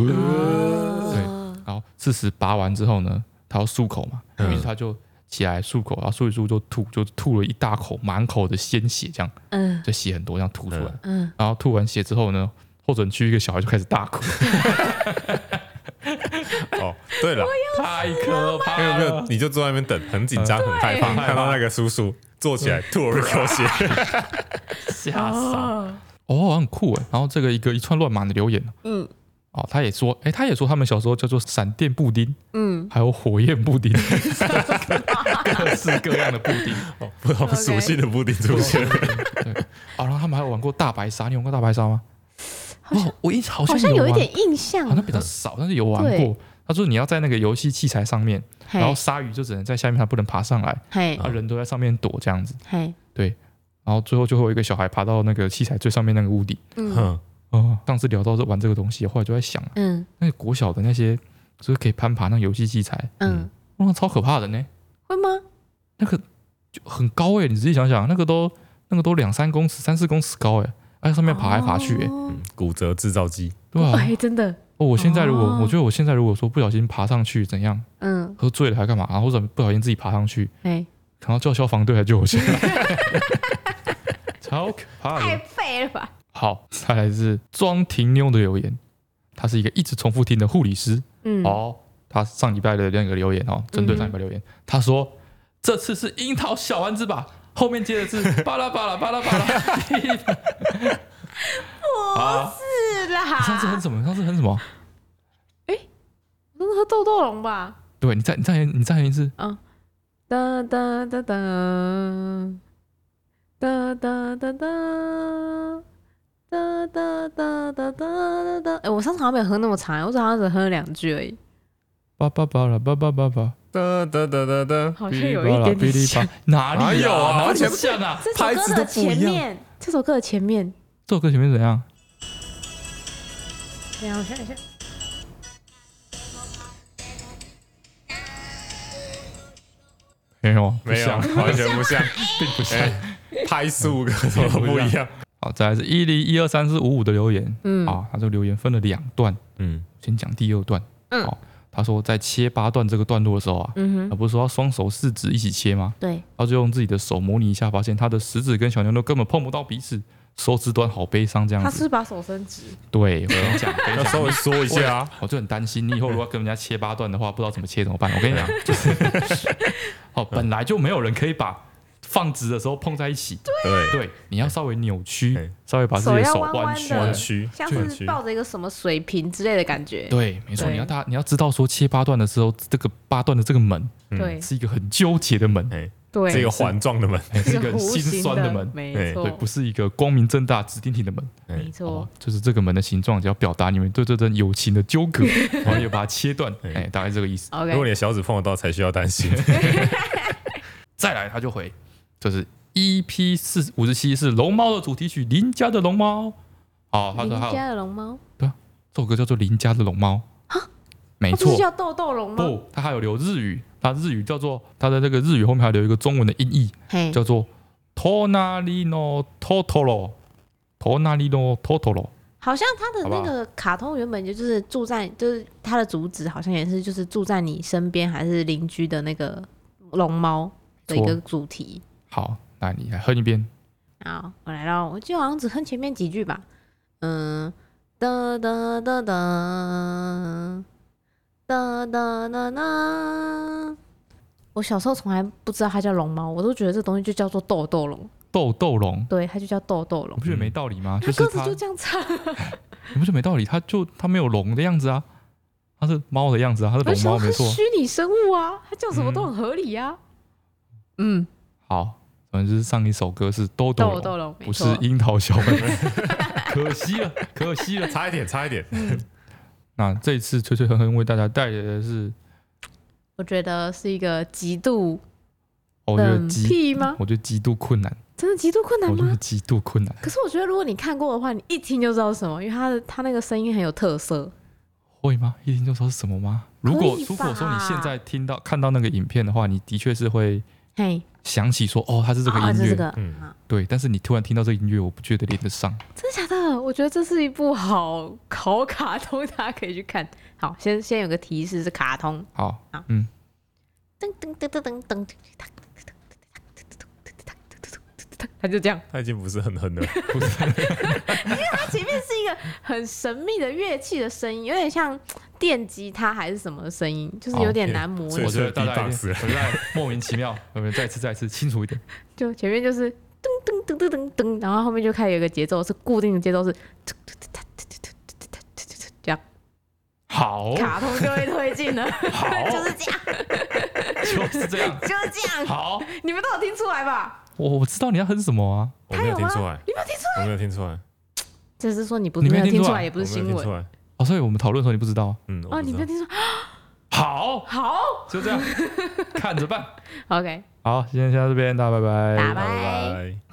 对，然后智齿拔完之后呢，他要漱口嘛，
嗯
于是他就起来漱口，然后漱一漱就吐，就吐了一大口，满口的鲜血，这样
嗯
就血很多，这样吐出来。
嗯，
然后吐完血之后呢，候诊区一个小孩就开始大哭，
*laughs* 哦，对了，
太可怕
因为没有
了。
你就坐在那边等，很紧张，很害怕，看到那个叔叔坐起来吐了一口血，
吓傻！哦，很酷哎。然后这个一个一串乱码的留言，
嗯
哦，他也说，哎，他也说他们小时候叫做闪电布丁，
嗯，
还有火焰布丁，各式各样的布丁。
哦不同属性的布丁出现。
啊，然后他们还有玩过大白鲨，你有玩过大白鲨吗？
好像
哦我印好
好
像
像有
玩
一点印象
好。像比较少，但是有玩
对
过。他说你要在那个游戏器材上面，
嘿
然后鲨鱼就只能在下面，它不能爬上来，
嘿
然后人都在上面躲这样子。
嘿，
然后最后就会有一个小孩爬到那个器材最上面那个屋顶。
嗯
嗯，
哦，上次聊到这玩这个东西，后来就在想，
嗯
那个国小的那些就是可以攀爬那个游戏器材，
嗯，
哇，超可怕的呢，
会吗？
那个就很高哎、你自己想想，那个都那个都两三公尺、三四公尺高哎、哎，上面爬来爬去哎、
哦
嗯骨折制造机，
对吧、啊
哎，真的，
哦，我现在如果、
哦
我觉得我现在如果说不小心爬上去怎样，
嗯，
喝醉了还干嘛，然后或者不小心自己爬上去，
哎，
然后叫消防队来救我
*laughs*
下来，超可怕
太
的。
废了吧？
好，再来是庄婷妞的留言，她是一个一直重复听的护理师。
嗯，
哦，她上礼拜的那个留言哦，针对上礼拜留言，她说这次是樱桃小丸子吧，后面接的
*laughs*
是巴拉巴拉巴拉巴拉。啊，
是
上次很
啦，
什么？上次很什么？
那是豆豆龙吧？
对，你再你再你再一次，
哒哒哒哒，哒哒哒哒哒哒哒哒哒哒。哎，我上次好像没有喝那么长，我好像只喝了两句而已，
叭叭叭啦，叭叭叭叭，
哒哒哒哒哒，
好
哔
像
哩
有
叭
一
啦
点点
哔哩
像。
叭，哪
哪
里
有啊
哪
而
里
且
像啊？
这
拍
首
子
歌
都
的
不一
前
样
面，这首歌的前面，
这首歌前面怎样？
等一下我想一下，
没有啊，不
没有，
像
完全不
*laughs*
像，
并不像。
哎，拍四五个什么都不一样。
*laughs* 好，再来是一零一二三四五五的留言
嗯，
啊，他这个留言分了两段，
嗯，
先讲第二段。
嗯
好，他说在切八段这个段落的时候啊，
嗯哼，
他不是说要双手四指一起切吗？
对，
他就用自己的手模拟一下，发现他的食指跟小牛都根本碰不到彼此，手指端好悲伤这样
他是不
子。
是把手伸直，
对，我跟你讲，
要稍微说一下啊，
我就很担心，你以后如果要跟人家切八段的话，不知道怎么切怎么办。我跟你
*laughs*
讲，就是哦，本来就没有人可以把放直的时候碰在一起，
对，
对，你要稍微扭曲
哎，
稍微把自己的
啊手要
手
弯
弯
弯
曲
的
来
弯。曲，
像
弯
是
曲，
抱着一个什么水瓶之类的感觉，
对，没错，
对
你要大，你要知道说切八段的时候，这个八段的这个门
嗯
对
是一个很纠结的门，
哎，
对，
这个环状的门，
哎是一
是
个很
弧
心
形
酸
的
门，哎
没错
对，，不是一个光明正大、直挺挺的门。
没错
哦，，就是这个门的形状，只要表达你们对这段友情的纠
*laughs*
葛，然后也把它切断，
哎
哎，大概这个意思。
OK，
如果你的小指碰得到，才需要担
*laughs*
心。
再来，他就回，就是 EP 四五十七是龙猫的主题曲《邻家的龙猫》。好，他说
邻
还有啊
家的龙猫，
这首歌叫做《邻家的龙猫》没
它哦不
错
是，叫豆豆龙吗？
不，它还有留日语，它日语叫做它的这个日语后面还留一个中文的音译，
嘿，
叫做 “tonari no totoro”，“tonari no totoro”。
好像它的
好不
那
好
个卡通原本就是住在，就是它的主旨好像也是就是住在你身边还是邻居的那个龙猫的一个主题。
好，那你来哼一遍。
好，我来到，我记得好像只哼前面几句吧。嗯，哒哒哒哒，哒哒哒哒。我小时候从来不知道它叫龙猫，我都觉得这东西就叫做豆豆龙，
豆豆龙，
对，它就叫豆豆龙
你不。觉得没道理吗？
它
是
个子
它，
就这样长，
你不觉得没道理？它就它没有龙的样子啊，它是猫的样子啊，它是
而
龙
且
猫
它
没
是
错。
虚拟生物啊，它叫什么都很合理啊。嗯，
好，总之上一首歌是豆豆
豆
龙，
豆龙，没
不是
错
樱桃小丸 *laughs* 子，可惜了，可惜了。
差一点，差一点，
嗯
那这一次吹吹哼哼为大家带来的是，
我觉得是一个极度
哦我觉得
冷
极，哦
僻吗？
我觉得极度困难，
真的极度困难
我觉得
吗？
极度困难。
可是我觉得如果你看过的话，你一听就知道是什么，因为它的它那个声音很有特色。
会吗？一听就知道是什么吗？如果
可以吧
如果说你现在听到看到那个影片的话，你的确是会
嘿，
想起说，哦，它是这个音乐，
啊，就是这个，
嗯
啊，
对。但是你突然听到这个音乐，我不觉得连得上。
真的假的？我觉得这是一部好好卡通，大家可以去看。好，先先有个提示是卡通，
好，嗯
噔噔噔噔噔噔，他就这样。
他已经不是很很了。
前面是一个很神秘的乐器的声音，有点像电吉他还是什么的声音，就是有点难模
对
我
拟。
觉得大家一定
是
我觉得莫名其妙， *laughs* 我们再一次再一次清楚一点。
就前面就是噔噔噔噔噔噔，然后后面就开始有一个节奏是固定的节奏是，这样
哦
好，
卡通就会推进
*laughs*
了，
好，
就是这样，
*laughs* 就是这样。
就是这样。
好，
你们都有听出来吧？
我我知道你要哼什么啊。
我没有听出来，
你没有听出？
我没有听出来，
这是说你不
你没
有
听
听
出
出
来
来，也不是
我没有听
新闻
出来。
哦，所以我们讨论的时候你不知道。
嗯，我
哦，
不知
你没
道
有听出？
好，
好
就这样，看着办。
，OK，
好，今天先到这边，大家拜拜。
拜
拜拜。